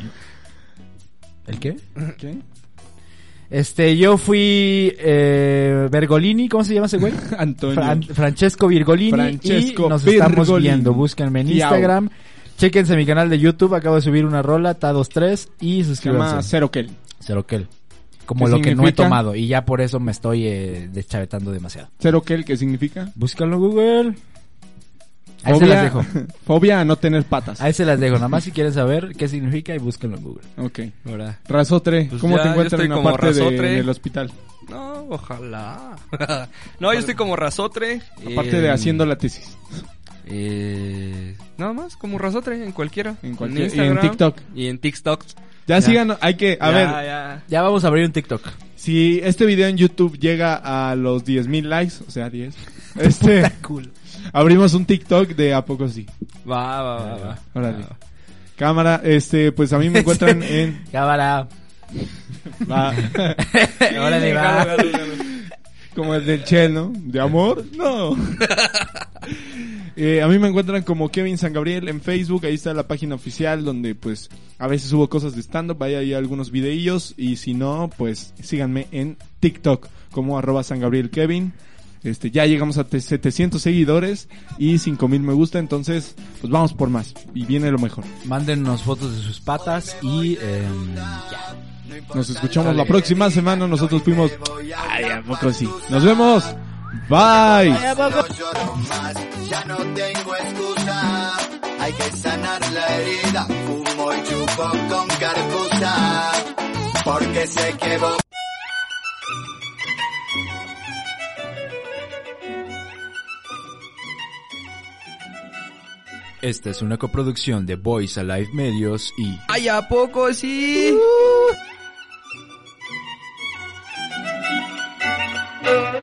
A: ¿El qué?
C: ¿Qué?
A: Este, yo fui eh, Bergolini, ¿cómo se llama ese güey?
C: Antonio.
A: Fran- Francesco Virgolini.
C: Francesco
A: y nos estamos
C: Virgolini.
A: viendo. Búsquenme en
C: Yao.
A: Instagram. Chéquense mi canal de YouTube. Acabo de subir una rola, TADOS3. Y
C: se llama
A: suscríbanse.
C: Cero Kel.
A: Ceroquel. Como
C: ¿Qué
A: lo que no he
C: significa?
A: tomado. Y ya por eso me estoy eh, deschavetando demasiado.
C: Cero Kel, ¿qué significa?
A: Búscalo en Google. Ahí se las dejo.
C: fobia a no tener patas.
A: Ahí se las dejo. Nada más si quieren saber qué significa y búsquenlo en Google.
C: Ok.
D: Ahora.
C: Rasotre,
D: Pues
C: ¿cómo
D: ya,
C: te
D: yo
C: encuentran
D: estoy
C: en la
D: como
C: parte de-
D: Rasotre.
C: del hospital?
D: No, ojalá. no, yo estoy como rasotre.
C: Aparte
D: eh,
C: de haciendo la tesis.
D: Eh, nada más, como rasotre, en cualquiera.
C: En cualquier- y en
D: Instagram,
C: TikTok.
D: Y en TikTok.
C: Ya,
D: Ya.
C: sigan, hay que, a
D: Ya,
C: ver,
D: ya.
A: Ya vamos a abrir un TikTok.
C: Si este video en YouTube llega a los 10.000 likes, o sea, 10, este, abrimos un TikTok de A Poco Sí.
D: Va, va, va, va.
C: Órale. Cámara, este, pues a mí me encuentran en... ah,
A: Cámara.
C: va,
A: Órale, va.
C: como el del Che, ¿no? ¿De amor? No. Eh, a mí me encuentran como Kevin San Gabriel en Facebook, ahí está la página oficial donde pues a veces subo cosas de stand-up, ahí hay algunos videillos y si no, pues síganme en TikTok como arroba San Gabriel Kevin. Este, ya llegamos a te- 700 seguidores y 5000 me gusta, entonces pues vamos por más y viene lo mejor.
A: Mándennos fotos de sus patas y... em, ya.
C: Nos escuchamos la próxima semana, nosotros fuimos... Ay, a poco sí. Nos vemos. Bye.
B: No lloro más, ya no tengo excusa. Hay que sanar la herida, fumo y chupo con carcusa. Porque sé que voy.
A: Esta es una coproducción de Voice Alive Medios y...
D: Ay, ¿a poco sí?